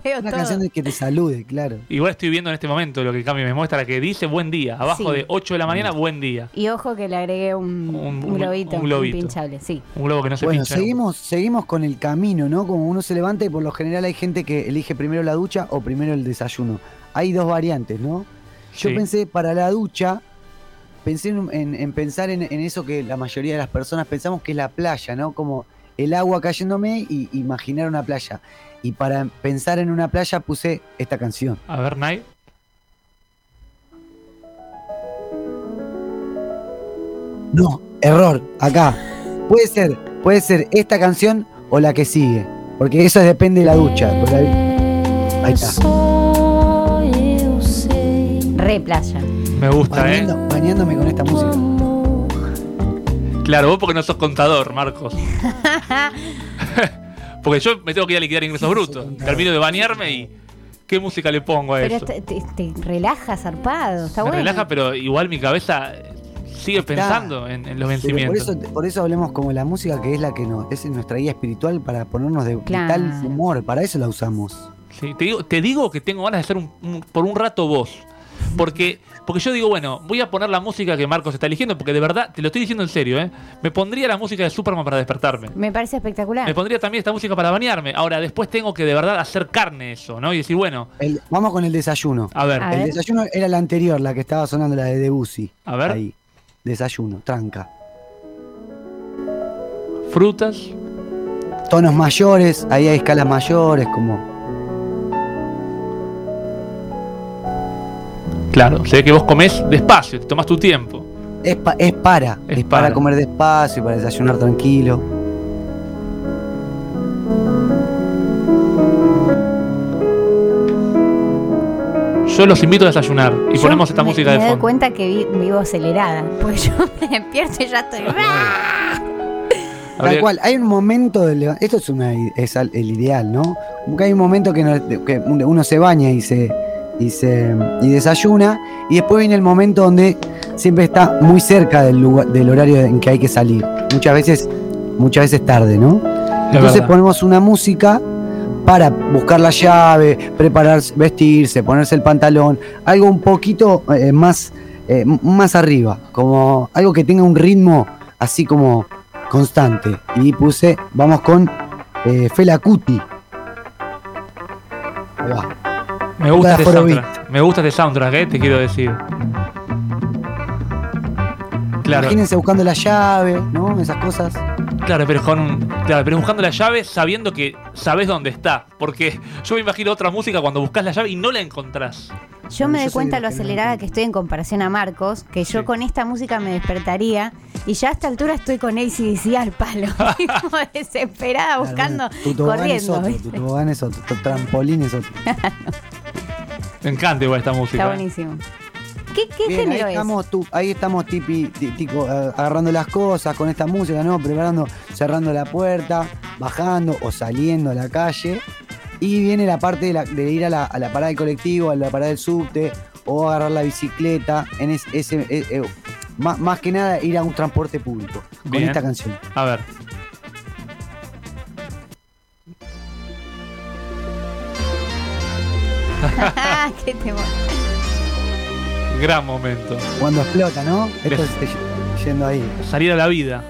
[SPEAKER 3] (laughs)
[SPEAKER 10] que
[SPEAKER 3] yo veo
[SPEAKER 10] Una
[SPEAKER 3] todo.
[SPEAKER 10] canción de que te salude, claro.
[SPEAKER 2] Igual estoy viendo en este momento lo que Cami me muestra, que dice buen día, abajo
[SPEAKER 3] Sí.
[SPEAKER 2] de 8 de la mañana, buen día.
[SPEAKER 3] Y ojo que le agregué un,
[SPEAKER 2] Un-
[SPEAKER 3] un
[SPEAKER 2] un-
[SPEAKER 3] globito,
[SPEAKER 2] un
[SPEAKER 3] un
[SPEAKER 2] globito.
[SPEAKER 3] pinchable, sí.
[SPEAKER 2] Un globo que no se
[SPEAKER 10] Bueno,
[SPEAKER 2] pincha.
[SPEAKER 10] seguimos, seguimos con el camino, ¿no? Como uno se levanta y por lo general hay gente que elige primero la ducha o primero el desayuno. Hay dos variantes, ¿no? Yo
[SPEAKER 2] Sí.
[SPEAKER 10] pensé para la ducha, pensé en, en- en pensar en, en eso que la mayoría de las personas pensamos que es la playa, ¿no? Como el agua cayéndome y imaginar una playa. Y para pensar en una playa puse esta canción.
[SPEAKER 2] A ver, Nay.
[SPEAKER 10] No, error, acá. Puede ser, puede ser esta canción o la que sigue. Porque eso depende de la ducha. Por ahí- ahí está.
[SPEAKER 3] Re playa. (laughs)
[SPEAKER 2] Me gusta,
[SPEAKER 10] Bañando- bañándome con esta música.
[SPEAKER 2] ¿eh? Claro, vos porque no sos contador, Marcos. porque yo me tengo que ir a liquidar ingresos brutos. Termino de bañarme y. ¿Qué música le pongo a
[SPEAKER 3] Pero
[SPEAKER 2] eso?
[SPEAKER 3] te, te- te relaja zarpado, está
[SPEAKER 2] me
[SPEAKER 3] bueno.
[SPEAKER 2] relaja, pero igual mi cabeza sigue
[SPEAKER 10] Está.
[SPEAKER 2] pensando en, en los
[SPEAKER 10] Pero por,
[SPEAKER 2] vencimientos.
[SPEAKER 10] eso, por eso hablemos como la música que es la que nos, es nuestra guía espiritual para ponernos de
[SPEAKER 3] Claro.
[SPEAKER 10] tal humor, para eso la usamos.
[SPEAKER 2] Sí, te, digo, te digo que tengo ganas de ser un- un- por un rato vos. Porque, porque yo digo, bueno, voy a poner la música que Marcos está eligiendo, porque de verdad, te lo estoy diciendo en serio, ¿eh? Me pondría la música de Superman para despertarme.
[SPEAKER 3] Me parece espectacular.
[SPEAKER 2] Me pondría también esta música para bañarme. Ahora, después tengo que de verdad hacer carne eso, ¿no? Y decir, bueno,
[SPEAKER 10] El- vamos con el desayuno.
[SPEAKER 2] a ver,
[SPEAKER 3] A ver.
[SPEAKER 10] El desayuno era la anterior, la que estaba sonando, la de Debussy.
[SPEAKER 2] A ver.
[SPEAKER 10] Ahí. Desayuno, tranca.
[SPEAKER 2] frutas.
[SPEAKER 10] Tonos mayores, ahí hay escalas mayores, como.
[SPEAKER 2] Claro, se ve que vos comés despacio, te tomás tu tiempo.
[SPEAKER 10] Es, pa- es para.
[SPEAKER 2] Es
[SPEAKER 10] Es, para.
[SPEAKER 2] para.
[SPEAKER 10] comer despacio, para desayunar tranquilo.
[SPEAKER 2] Yo los invito a desayunar y
[SPEAKER 3] Yo
[SPEAKER 2] ponemos esta
[SPEAKER 3] me-
[SPEAKER 2] música de
[SPEAKER 3] Me doy
[SPEAKER 2] fondo.
[SPEAKER 3] cuenta que vi- vivo acelerada. (laughs) Pues yo me despierto y ya estoy. ¡ah!
[SPEAKER 10] Tal
[SPEAKER 2] Habría-
[SPEAKER 10] cual, hay un momento de leva- Esto es, una, i- es al- el ideal, ¿no? Como que hay un momento que, no- que un- uno se baña y se, y se y desayuna, y después viene el momento donde siempre está muy cerca del, lugar, del horario en que hay que salir. Muchas veces, muchas veces tarde, ¿no?
[SPEAKER 2] Es
[SPEAKER 10] Entonces
[SPEAKER 2] verdad.
[SPEAKER 10] ponemos una música para buscar la llave, prepararse, vestirse, ponerse el pantalón, algo un poquito eh, más, eh, m- más arriba, como algo que tenga un ritmo así como constante. Y puse, vamos con eh, Fela Cuti. Ahí va.
[SPEAKER 2] Me gusta
[SPEAKER 10] La
[SPEAKER 2] este
[SPEAKER 10] Afrobeat.
[SPEAKER 2] soundtrack. Me gusta este soundtrack, ¿eh? te quiero decir. Claro,
[SPEAKER 10] Imagínense buscando la llave, ¿no? Esas cosas.
[SPEAKER 2] claro, pero con un- claro, pero buscando la llave sabiendo que sabes dónde está, porque (laughs) yo me imagino otra música cuando buscas la llave y no la encontrás.
[SPEAKER 3] Yo me
[SPEAKER 10] Yo
[SPEAKER 3] doy
[SPEAKER 10] soy
[SPEAKER 3] cuenta
[SPEAKER 10] de
[SPEAKER 3] lo
[SPEAKER 10] los que no
[SPEAKER 3] acelerada
[SPEAKER 10] entiendo.
[SPEAKER 3] que estoy en comparación a Marcos, que yo
[SPEAKER 2] Sí.
[SPEAKER 3] con esta música me despertaría y ya a esta altura estoy con ACDC al palo, (laughs) Como desesperada buscando,
[SPEAKER 10] Claro, tu tobogán es
[SPEAKER 3] corriendo.
[SPEAKER 10] otro,
[SPEAKER 3] ¿viste?
[SPEAKER 10] tu tobogán es otro, tu trampolín es otro.
[SPEAKER 2] Me encanta igual esta música.
[SPEAKER 3] Está
[SPEAKER 2] ¿eh?
[SPEAKER 3] buenísimo. ¿Qué, qué
[SPEAKER 10] Bien,
[SPEAKER 3] género
[SPEAKER 10] ahí
[SPEAKER 3] es?
[SPEAKER 10] estamos, tu- ahí estamos tipi, ti- tico, eh, agarrando las cosas con esta música, ¿no? Preparando, cerrando la puerta, bajando o saliendo a la calle. Y viene la parte de, la- de ir a la, a la parada del colectivo, a la parada del subte, o agarrar la bicicleta. En es- ese, eh, eh, más, más que nada ir a un transporte público con
[SPEAKER 2] Bien.
[SPEAKER 10] esta canción.
[SPEAKER 2] A ver.
[SPEAKER 3] Ah, (laughs) qué temor.
[SPEAKER 2] Gran momento.
[SPEAKER 10] Cuando explota, ¿no? Esto
[SPEAKER 2] Des-
[SPEAKER 10] es eh, yendo ahí.
[SPEAKER 2] Salir a la vida.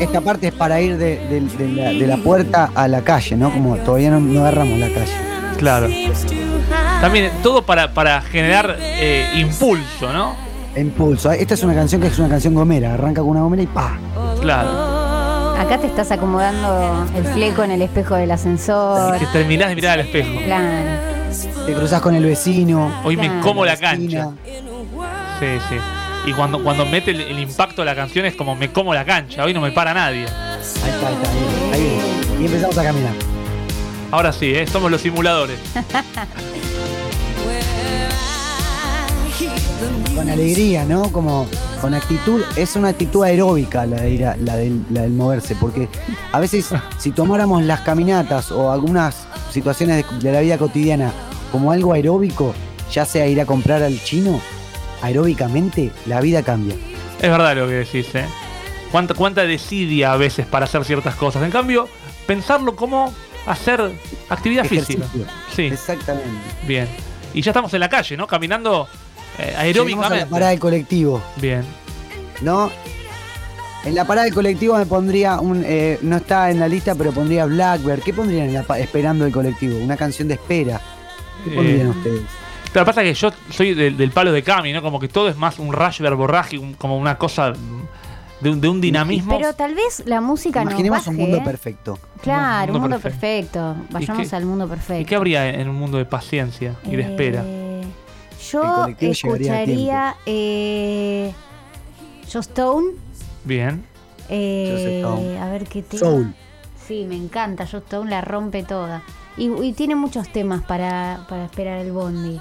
[SPEAKER 10] Esta parte es para ir de, de- de la, de la puerta a la calle, ¿no? Como todavía no, no agarramos la calle.
[SPEAKER 2] Claro. También todo para, para generar eh, impulso, ¿no?
[SPEAKER 10] Impulso. Esta es una canción que es una canción gomera. Arranca con una gomera y ¡pa!
[SPEAKER 2] Claro.
[SPEAKER 3] Acá te estás acomodando el fleco en el espejo del ascensor.
[SPEAKER 2] Que terminás de mirar al espejo.
[SPEAKER 3] Claro.
[SPEAKER 10] Te cruzas con el vecino.
[SPEAKER 2] Hoy me
[SPEAKER 3] Claro.
[SPEAKER 2] como la
[SPEAKER 10] esquina.
[SPEAKER 2] cancha. Sí, sí. Y cuando, cuando mete el, el impacto de la canción es como me como la cancha, hoy no me para nadie.
[SPEAKER 10] Ahí está, ahí está. ahí, ahí. Y empezamos a caminar.
[SPEAKER 2] Ahora sí, ¿eh? somos los simuladores.
[SPEAKER 10] Con alegría, ¿no? Como con actitud. Es una actitud aeróbica la, de ir a- la, del, la del moverse. Porque a veces, si tomáramos las caminatas o algunas situaciones de, de la vida cotidiana como algo aeróbico, ya sea ir a comprar al chino, aeróbicamente la vida cambia.
[SPEAKER 2] Es verdad lo que decís, ¿eh? Cuánta, cuánta desidia a veces para hacer ciertas cosas. En cambio, pensarlo como hacer actividad
[SPEAKER 10] Ejercicio.
[SPEAKER 2] física. Sí,
[SPEAKER 10] Exactamente.
[SPEAKER 2] bien. Y ya estamos en la calle, ¿no? Caminando eh,
[SPEAKER 10] Llegamos a la parada
[SPEAKER 2] aeróbicamente.
[SPEAKER 10] del colectivo.
[SPEAKER 2] Bien.
[SPEAKER 10] ¿no? En la parada del colectivo me pondría un. eh, no está en la lista, pero pondría Blackbird. ¿Qué pondrían en la pa- esperando el colectivo? Una canción de espera. ¿Qué
[SPEAKER 2] Eh,
[SPEAKER 10] pondrían ustedes?
[SPEAKER 2] Pero pasa que yo soy del, del palo de Cami, ¿no? Como que todo es más un rush verborraje, un- como una cosa de, un- de un dinamismo.
[SPEAKER 3] Pero tal vez la música no
[SPEAKER 10] Imaginemos
[SPEAKER 3] baje.
[SPEAKER 10] un mundo
[SPEAKER 3] ¿eh?
[SPEAKER 10] perfecto.
[SPEAKER 3] Claro, un
[SPEAKER 2] Mundo
[SPEAKER 3] mundo perfecto. Vayamos
[SPEAKER 2] qué-
[SPEAKER 3] al mundo perfecto.
[SPEAKER 2] ¿Y qué habría en un mundo de paciencia y de espera?
[SPEAKER 3] Eh,
[SPEAKER 10] El
[SPEAKER 3] yo
[SPEAKER 10] colectivo llegaría a
[SPEAKER 3] escucharía eh, Yo Stone.
[SPEAKER 2] Bien.
[SPEAKER 3] eh,
[SPEAKER 10] Yo Stone.
[SPEAKER 3] A ver qué tema.
[SPEAKER 10] Soul.
[SPEAKER 3] Sí, me encanta. Yo Stone la rompe toda. Y, y tiene muchos temas para, para esperar el bondi.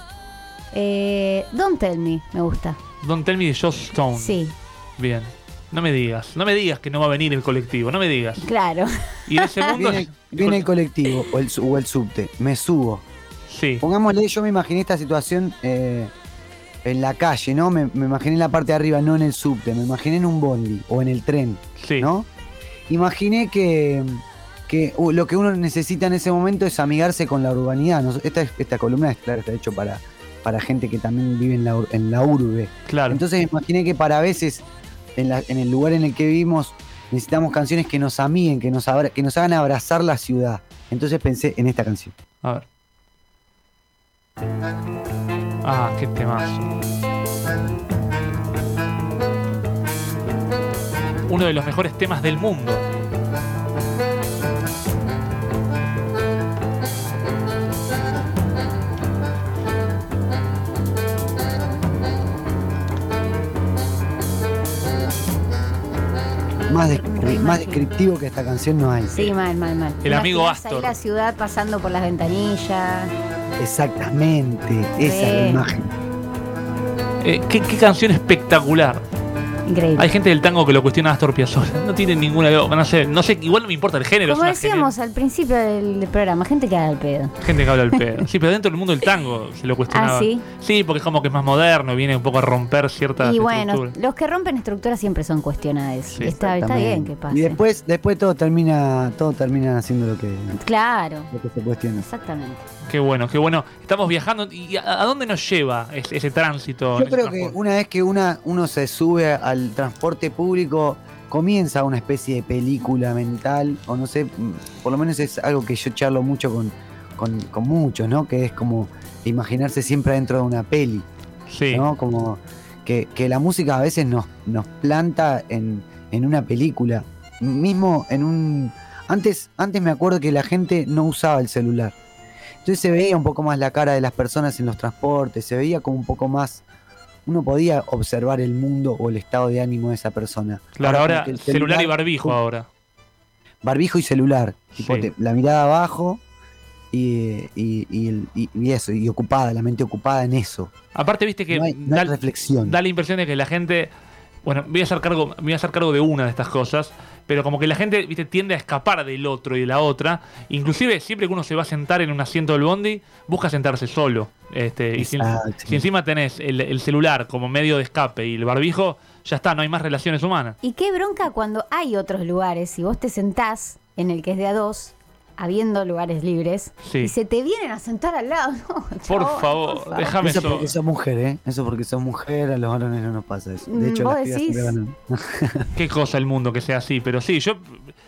[SPEAKER 3] Eh, Don't Tell Me, me gusta.
[SPEAKER 2] Don't tell me de Joss Stone.
[SPEAKER 3] Sí,
[SPEAKER 2] Bien. No me digas, no me digas que no va a venir el colectivo, no me digas.
[SPEAKER 3] claro.
[SPEAKER 2] Y en
[SPEAKER 10] (laughs)
[SPEAKER 2] ese mundo.
[SPEAKER 10] Viene, viene el colectivo o el, su- o el subte. Me subo.
[SPEAKER 2] Sí,
[SPEAKER 10] Pongámosle, yo me imaginé esta situación eh, en la calle, ¿no? Me, me imaginé en la parte de arriba, no en el subte. Me imaginé en un bondi o en el tren.
[SPEAKER 2] sí.
[SPEAKER 10] ¿no? Imaginé que, que uh, lo que uno necesita en ese momento es amigarse con la urbanidad. Nos- esta, esta columna está, está hecho para, para gente que también vive en la, ur- en la urbe.
[SPEAKER 2] Claro.
[SPEAKER 10] Entonces imaginé que para veces en, la- en el lugar en el que vivimos necesitamos canciones que nos amiguen, que nos, abra- que nos hagan abrazar la ciudad. Entonces pensé en esta canción.
[SPEAKER 2] A ver. Ah, qué temazo. Uno de los mejores temas del mundo.
[SPEAKER 10] Más, descri- más descriptivo que esta canción no hay.
[SPEAKER 3] Sí, mal, mal, mal.
[SPEAKER 2] El amigo
[SPEAKER 3] Imaginás
[SPEAKER 2] Astor.
[SPEAKER 3] Ahí la ciudad pasando por las ventanillas.
[SPEAKER 10] Exactamente, esa es la
[SPEAKER 3] Sí.
[SPEAKER 10] imagen.
[SPEAKER 2] Eh, qué, qué canción espectacular.
[SPEAKER 3] Increíble.
[SPEAKER 2] Hay gente del tango que lo cuestiona a Astor Piazzolla. No tiene ninguna. No sé, no sé, igual no me importa el género.
[SPEAKER 3] Como
[SPEAKER 2] es una
[SPEAKER 3] decíamos al principio del programa, gente que da el pedo.
[SPEAKER 2] geni- Gente que habla al pedo. (laughs) Sí, pero dentro del mundo del tango se lo cuestionaba.
[SPEAKER 3] Ah, ¿sí?
[SPEAKER 2] Sí, porque es como que es más moderno, viene un poco a romper ciertas
[SPEAKER 3] Y bueno,
[SPEAKER 2] estructuras.
[SPEAKER 3] los que rompen estructuras siempre son cuestionables.
[SPEAKER 2] Sí,
[SPEAKER 3] está, está bien que pase.
[SPEAKER 10] Y después, después todo termina, todo termina haciendo lo que,
[SPEAKER 3] Claro,
[SPEAKER 10] lo que se cuestiona.
[SPEAKER 3] exactamente.
[SPEAKER 2] Qué bueno, qué bueno. Estamos viajando. ¿Y a, a dónde nos lleva es- ese, tránsito?
[SPEAKER 10] Yo
[SPEAKER 2] ese
[SPEAKER 10] creo que
[SPEAKER 2] transporte?
[SPEAKER 10] una vez que una, uno se sube al transporte público, comienza una especie de película mental, o no sé, mm, por lo menos es algo que yo charlo mucho con, con, con muchos, ¿no? Que es como imaginarse siempre dentro de una peli,
[SPEAKER 2] Sí.
[SPEAKER 10] ¿no? Como que, que la música a veces nos, nos planta en, en una película. Mismo en un... Antes, antes me acuerdo que la gente no usaba el celular. Entonces se veía un poco más la cara de las personas en los transportes, se veía como un poco más... Uno podía observar el mundo o el estado de ánimo de esa persona.
[SPEAKER 2] Claro, ahora
[SPEAKER 10] como que el
[SPEAKER 2] celular, y barbijo ahora.
[SPEAKER 10] Barbijo y celular. Tipo,
[SPEAKER 2] Sí.
[SPEAKER 10] te- la mirada abajo y, y- y el- y- y eso, y ocupada, la mente ocupada en eso.
[SPEAKER 2] Aparte, viste que
[SPEAKER 10] no hay, no hay
[SPEAKER 2] da,
[SPEAKER 10] reflexión.
[SPEAKER 2] da la impresión de que la gente. Bueno, voy a hacer cargo, me voy a hacer cargo de una de estas cosas, pero como que la gente, viste, tiende a escapar del otro y de la otra. Inclusive siempre que uno se va a sentar en un asiento del Bondi, busca sentarse solo. Este, y si,
[SPEAKER 10] Exacto.
[SPEAKER 2] si encima tenés el, el celular como medio de escape y el barbijo, ya está, no hay más relaciones humanas.
[SPEAKER 3] Y qué bronca cuando hay otros lugares, si vos te sentás en el que es de a dos, habiendo lugares libres,
[SPEAKER 2] Sí.
[SPEAKER 3] y se te vienen a sentar al lado. (laughs) No,
[SPEAKER 2] Por
[SPEAKER 3] chabón,
[SPEAKER 2] favor, déjame
[SPEAKER 10] Eso
[SPEAKER 2] solo.
[SPEAKER 10] porque sos mujer, ¿eh? Eso porque sos mujer, a los varones no nos pasa eso.
[SPEAKER 3] Mm,
[SPEAKER 10] De hecho,
[SPEAKER 3] ¿vos
[SPEAKER 10] las pibas
[SPEAKER 3] decís?
[SPEAKER 10] siempre ganan.
[SPEAKER 2] Qué cosa el mundo que sea así, pero sí, yo.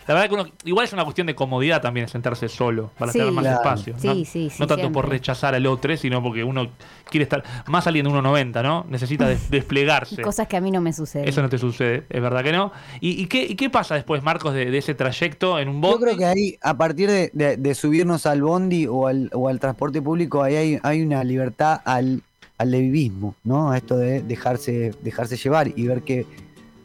[SPEAKER 2] La verdad que uno, igual es una cuestión de comodidad también sentarse solo para
[SPEAKER 3] Sí.
[SPEAKER 2] tener más
[SPEAKER 10] Claro.
[SPEAKER 2] espacio.
[SPEAKER 3] Sí,
[SPEAKER 2] ¿no?
[SPEAKER 3] sí, sí,
[SPEAKER 2] No tanto por
[SPEAKER 3] siempre.
[SPEAKER 2] rechazar al otro, sino porque uno quiere estar. Más saliendo 1.90, ¿no? Necesita des- desplegarse.
[SPEAKER 3] Cosas que a mí no me suceden.
[SPEAKER 2] Eso no te sucede, es verdad que no. ¿Y, y qué, y qué pasa después, Marcos, de, de ese trayecto en un bote?
[SPEAKER 10] Yo creo que ahí, a partir de, de- de subirnos al bondi o al, o al transporte público, ahí hay, hay una libertad al, al levivismo, ¿no? A esto de dejarse, dejarse llevar y ver que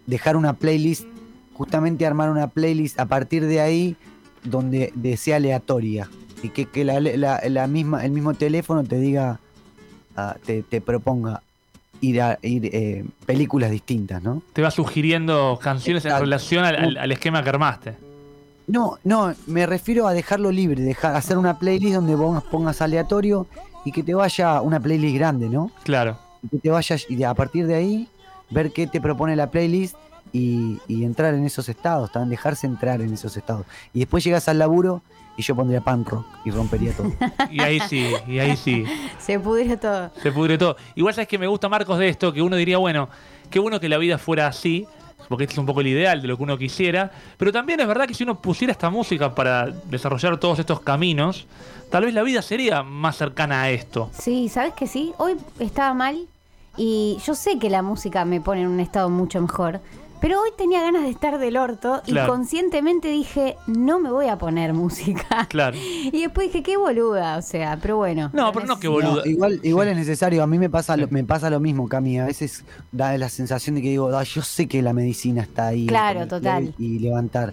[SPEAKER 10] dejar una playlist, justamente armar una playlist a partir de ahí donde de- sea aleatoria y que, que la, la- la misma, el mismo teléfono te diga, ah, te, te proponga ir a ir, eh, películas distintas, ¿no?
[SPEAKER 2] Te va sugiriendo canciones en
[SPEAKER 10] Exacto.
[SPEAKER 2] relación al, al- al esquema que armaste.
[SPEAKER 10] No, no, me refiero a dejarlo libre, dejar hacer una playlist donde vos pongas aleatorio y que te vaya una playlist grande, ¿no?
[SPEAKER 2] Claro.
[SPEAKER 10] Y que te vayas y de- a partir de ahí ver qué te propone la playlist y, y entrar en esos estados, también dejarse entrar en esos estados. Y después llegas al laburo y yo pondría punk rock y rompería todo.
[SPEAKER 2] Y ahí sí, y ahí sí.
[SPEAKER 3] Se pudrió todo.
[SPEAKER 2] Se pudre todo. Igual sabes que me gusta Marcos de esto, que uno diría, bueno, qué bueno que la vida fuera así, porque este es un poco el ideal de lo que uno quisiera, pero también es verdad que si uno pusiera esta música para desarrollar todos estos caminos, tal vez la vida sería más cercana a esto.
[SPEAKER 3] Sí, ¿sabes que sí? Hoy estaba mal y yo sé que la música me pone en un estado mucho mejor, pero hoy tenía ganas de estar del orto
[SPEAKER 2] Claro.
[SPEAKER 3] y conscientemente dije, no me voy a poner (laughs) música.
[SPEAKER 2] Claro.
[SPEAKER 3] Y después dije, qué boluda, o sea, pero bueno.
[SPEAKER 2] No, pero no que
[SPEAKER 3] necesito.
[SPEAKER 2] boluda.
[SPEAKER 10] No, igual igual es necesario, a mí me pasa, lo, me pasa lo mismo, Cami. A veces da la sensación de que digo, "Ah, yo sé que la medicina está ahí.
[SPEAKER 3] Claro,
[SPEAKER 10] el-
[SPEAKER 3] total.
[SPEAKER 10] Y levantar.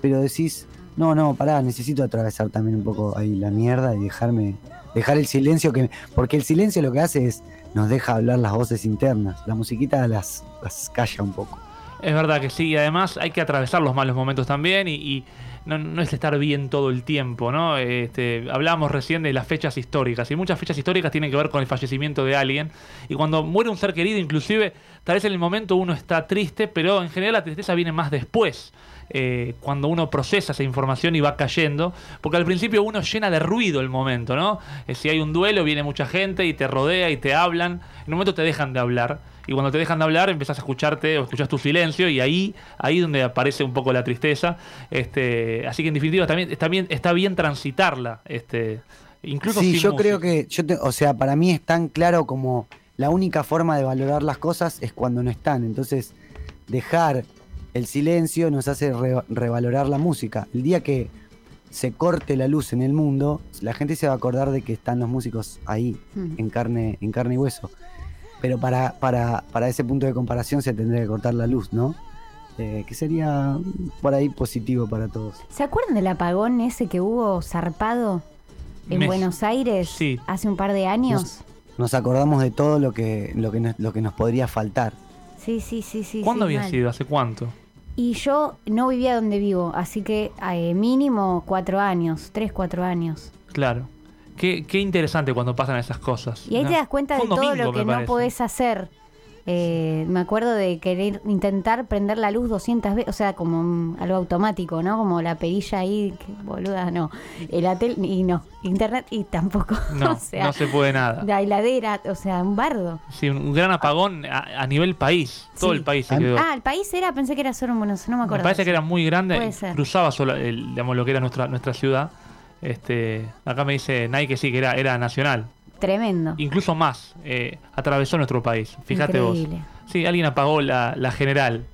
[SPEAKER 10] Pero decís, no, no, pará, necesito atravesar también un poco ahí la mierda y dejarme, dejar el silencio, que porque el silencio lo que hace es, nos deja hablar las voces internas. La musiquita las, las calla un poco.
[SPEAKER 2] Es verdad que sí, y además hay que atravesar los malos momentos también y, y no, no es estar bien todo el tiempo, ¿no? Este, hablábamos recién de las fechas históricas y muchas fechas históricas tienen que ver con el fallecimiento de alguien y cuando muere un ser querido inclusive, tal vez en el momento uno está triste, pero en general la tristeza viene más después. eh, cuando uno procesa esa información y va cayendo, porque al principio uno llena de ruido el momento, ¿no? Eh, si hay un duelo, viene mucha gente y te rodea y te hablan, en un momento te dejan de hablar, y cuando te dejan de hablar empezás a escucharte o escuchás tu silencio y ahí ahí es donde aparece un poco la tristeza este así que en definitiva también está bien está bien transitarla este incluso
[SPEAKER 10] Sí,
[SPEAKER 2] sin
[SPEAKER 10] yo
[SPEAKER 2] música.
[SPEAKER 10] creo que, yo te- o sea, para mí es tan claro como la única forma de valorar las cosas es cuando no están. Entonces, dejar el silencio nos hace re- revalorar la música. El día que se corte la luz en el mundo, la gente se va a acordar de que están los músicos ahí,
[SPEAKER 3] Mm.
[SPEAKER 10] en carne, en carne y hueso. Pero para, para, para ese punto de comparación se tendría que cortar la luz, ¿no? Eh, que sería por ahí positivo para todos.
[SPEAKER 3] ¿Se acuerdan del apagón ese que hubo zarpado en
[SPEAKER 2] Me-
[SPEAKER 3] Buenos Aires
[SPEAKER 2] Sí.
[SPEAKER 3] hace un par de años?
[SPEAKER 10] Nos acordamos de todo lo que, lo que, nos, lo que nos podría faltar.
[SPEAKER 3] Sí, sí, sí, sí.
[SPEAKER 2] ¿Cuándo
[SPEAKER 3] sí,
[SPEAKER 2] había
[SPEAKER 3] mal.
[SPEAKER 2] sido? ¿Hace cuánto?
[SPEAKER 3] Y yo no vivía donde vivo, así que eh, mínimo cuatro años, tres, cuatro años.
[SPEAKER 2] Claro. Qué, qué interesante cuando pasan esas cosas.
[SPEAKER 3] Y ahí
[SPEAKER 2] ¿no?
[SPEAKER 3] te das cuenta
[SPEAKER 2] Fue
[SPEAKER 3] de
[SPEAKER 2] un
[SPEAKER 3] todo
[SPEAKER 2] domingo,
[SPEAKER 3] lo
[SPEAKER 2] me
[SPEAKER 3] que no
[SPEAKER 2] parece.
[SPEAKER 3] (laughs) podés hacer. Eh, me acuerdo de querer intentar prender la luz 200 veces, o sea, como un- algo automático, ¿no? Como la perilla ahí, que boluda, no. Eh, la tele, y no. Internet, y tampoco. (laughs)
[SPEAKER 2] No,
[SPEAKER 3] o sea,
[SPEAKER 2] no se puede nada.
[SPEAKER 3] La heladera, o sea, un bardo.
[SPEAKER 2] Sí, un un gran apagón a, a nivel país. Todo
[SPEAKER 3] Sí.
[SPEAKER 2] el país se
[SPEAKER 10] Ah,
[SPEAKER 2] quedó.
[SPEAKER 3] Ah, el país era, pensé que era solo en Buenos Aires, no me
[SPEAKER 2] Me
[SPEAKER 3] acuerdo.
[SPEAKER 2] parece que era muy grande,
[SPEAKER 3] Puede ser.
[SPEAKER 2] cruzaba solo el- digamos, lo que era nuestra, nuestra ciudad. Este, acá me dice Nike que sí, que era, era nacional.
[SPEAKER 3] Tremendo.
[SPEAKER 2] Incluso más, eh, atravesó nuestro país. Fíjate
[SPEAKER 3] Increíble.
[SPEAKER 2] vos. Sí, alguien apagó la, la general.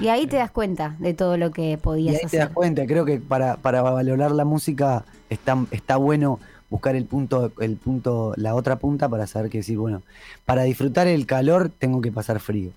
[SPEAKER 3] Y ahí te das cuenta de todo lo que
[SPEAKER 10] Y
[SPEAKER 3] podías
[SPEAKER 10] ahí te
[SPEAKER 3] hacer.
[SPEAKER 10] das cuenta, creo que para, para valorar la música está, está bueno buscar el punto, el punto, la otra punta para saber que decir, bueno, para disfrutar el calor tengo que pasar frío.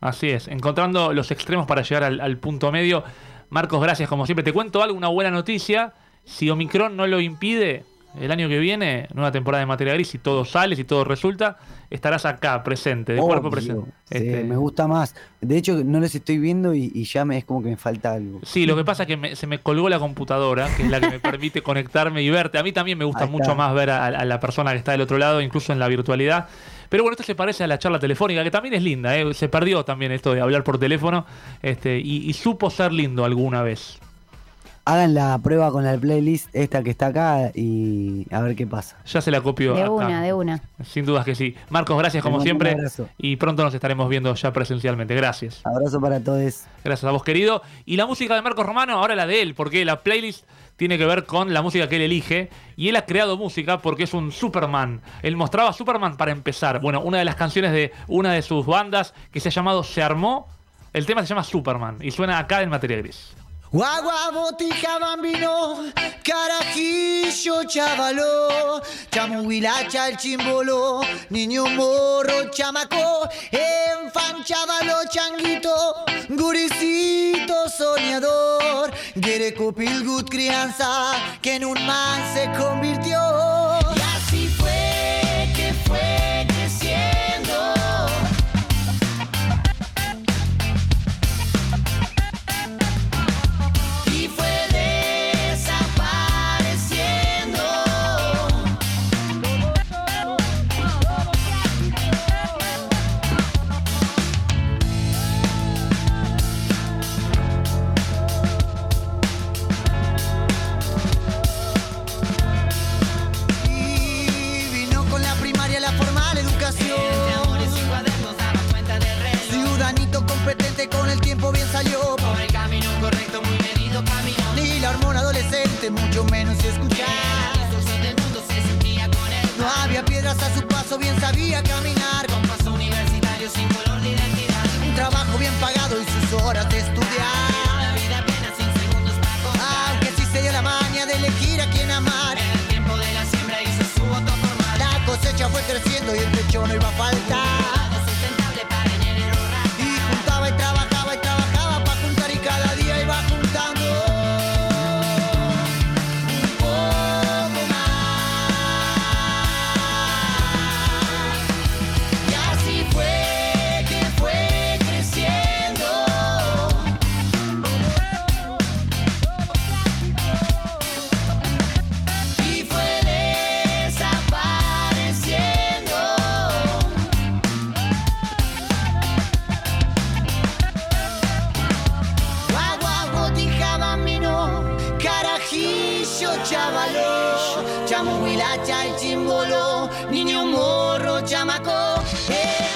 [SPEAKER 2] Así es, encontrando los extremos para llegar al, al punto medio. Marcos, gracias como siempre. Te cuento algo, una buena noticia. Si Omicron no lo impide, el año que viene, nueva temporada de materia gris, si todo sale, si todo resulta, estarás acá, presente, de cuerpo
[SPEAKER 10] Obvio.
[SPEAKER 2] presente.
[SPEAKER 10] Sí,
[SPEAKER 2] Este,
[SPEAKER 10] Me gusta más. De hecho, no los estoy viendo y, y ya me, es como que me falta algo.
[SPEAKER 2] Sí, lo que pasa es que me- se me colgó la computadora, que es la que me permite (laughs) conectarme y verte. A mí también me gusta
[SPEAKER 10] Ahí está.
[SPEAKER 2] mucho más ver a, a la persona que está del otro lado, incluso en la virtualidad. Pero bueno, esto se parece a la charla telefónica, que también es linda, ¿eh? se perdió también esto de hablar por teléfono este, y, y supo ser lindo alguna vez.
[SPEAKER 10] Hagan la prueba con la playlist esta que está acá y a ver qué pasa.
[SPEAKER 2] Ya se la copio.
[SPEAKER 3] De
[SPEAKER 2] acá.
[SPEAKER 3] una, de una.
[SPEAKER 2] Sin dudas que sí. Marcos, gracias
[SPEAKER 10] Te
[SPEAKER 2] como
[SPEAKER 10] mando un
[SPEAKER 2] siempre.
[SPEAKER 10] abrazo.
[SPEAKER 2] Y pronto nos estaremos viendo ya presencialmente. Gracias.
[SPEAKER 10] Abrazo para todos.
[SPEAKER 2] Gracias a vos, querido. Y la música de Marcos Romano, ahora la de él, porque la playlist tiene que ver con la música que él elige. Y él ha creado música porque es un Superman. Él mostraba Superman para empezar. Bueno, una de las canciones de una de sus bandas que se ha llamado Se Armó. El tema se llama Superman y suena acá en materia gris.
[SPEAKER 4] Guagua, botica, bambino, carajillo, chavaló, chamuilacha, el chimbolo, niño morro, chamaco, enfan, chavalo, changuito, guricito, soñador, Guereco Pilgut, crianza, que en un man se convirtió. Y así fue que fue creciendo. y fue desapareciendo. Y vino con la primaria la formal educación. Ciudadanito competente con el tiempo bien salió. Ni la hormona adolescente, mucho menos escuchar. No había piedras a su paso, bien sabía caminar. Con paso universitario sin color de identidad. Un trabajo bien pagado y sus horas de estudiar. Una vida apenas sin segundos para Aunque sí se dio la maña de elegir a quien amar. En el tiempo de la siembra hizo su voto formal. La cosecha fue creciendo y el techo no iba a faltar. sustentable para enero Y juntaba y trabajaba y trabajaba para juntar y cada día iba juntando. poco más.
[SPEAKER 1] chamo huilacha, el chimbolo, niño morro, chamaco. ¡Eh!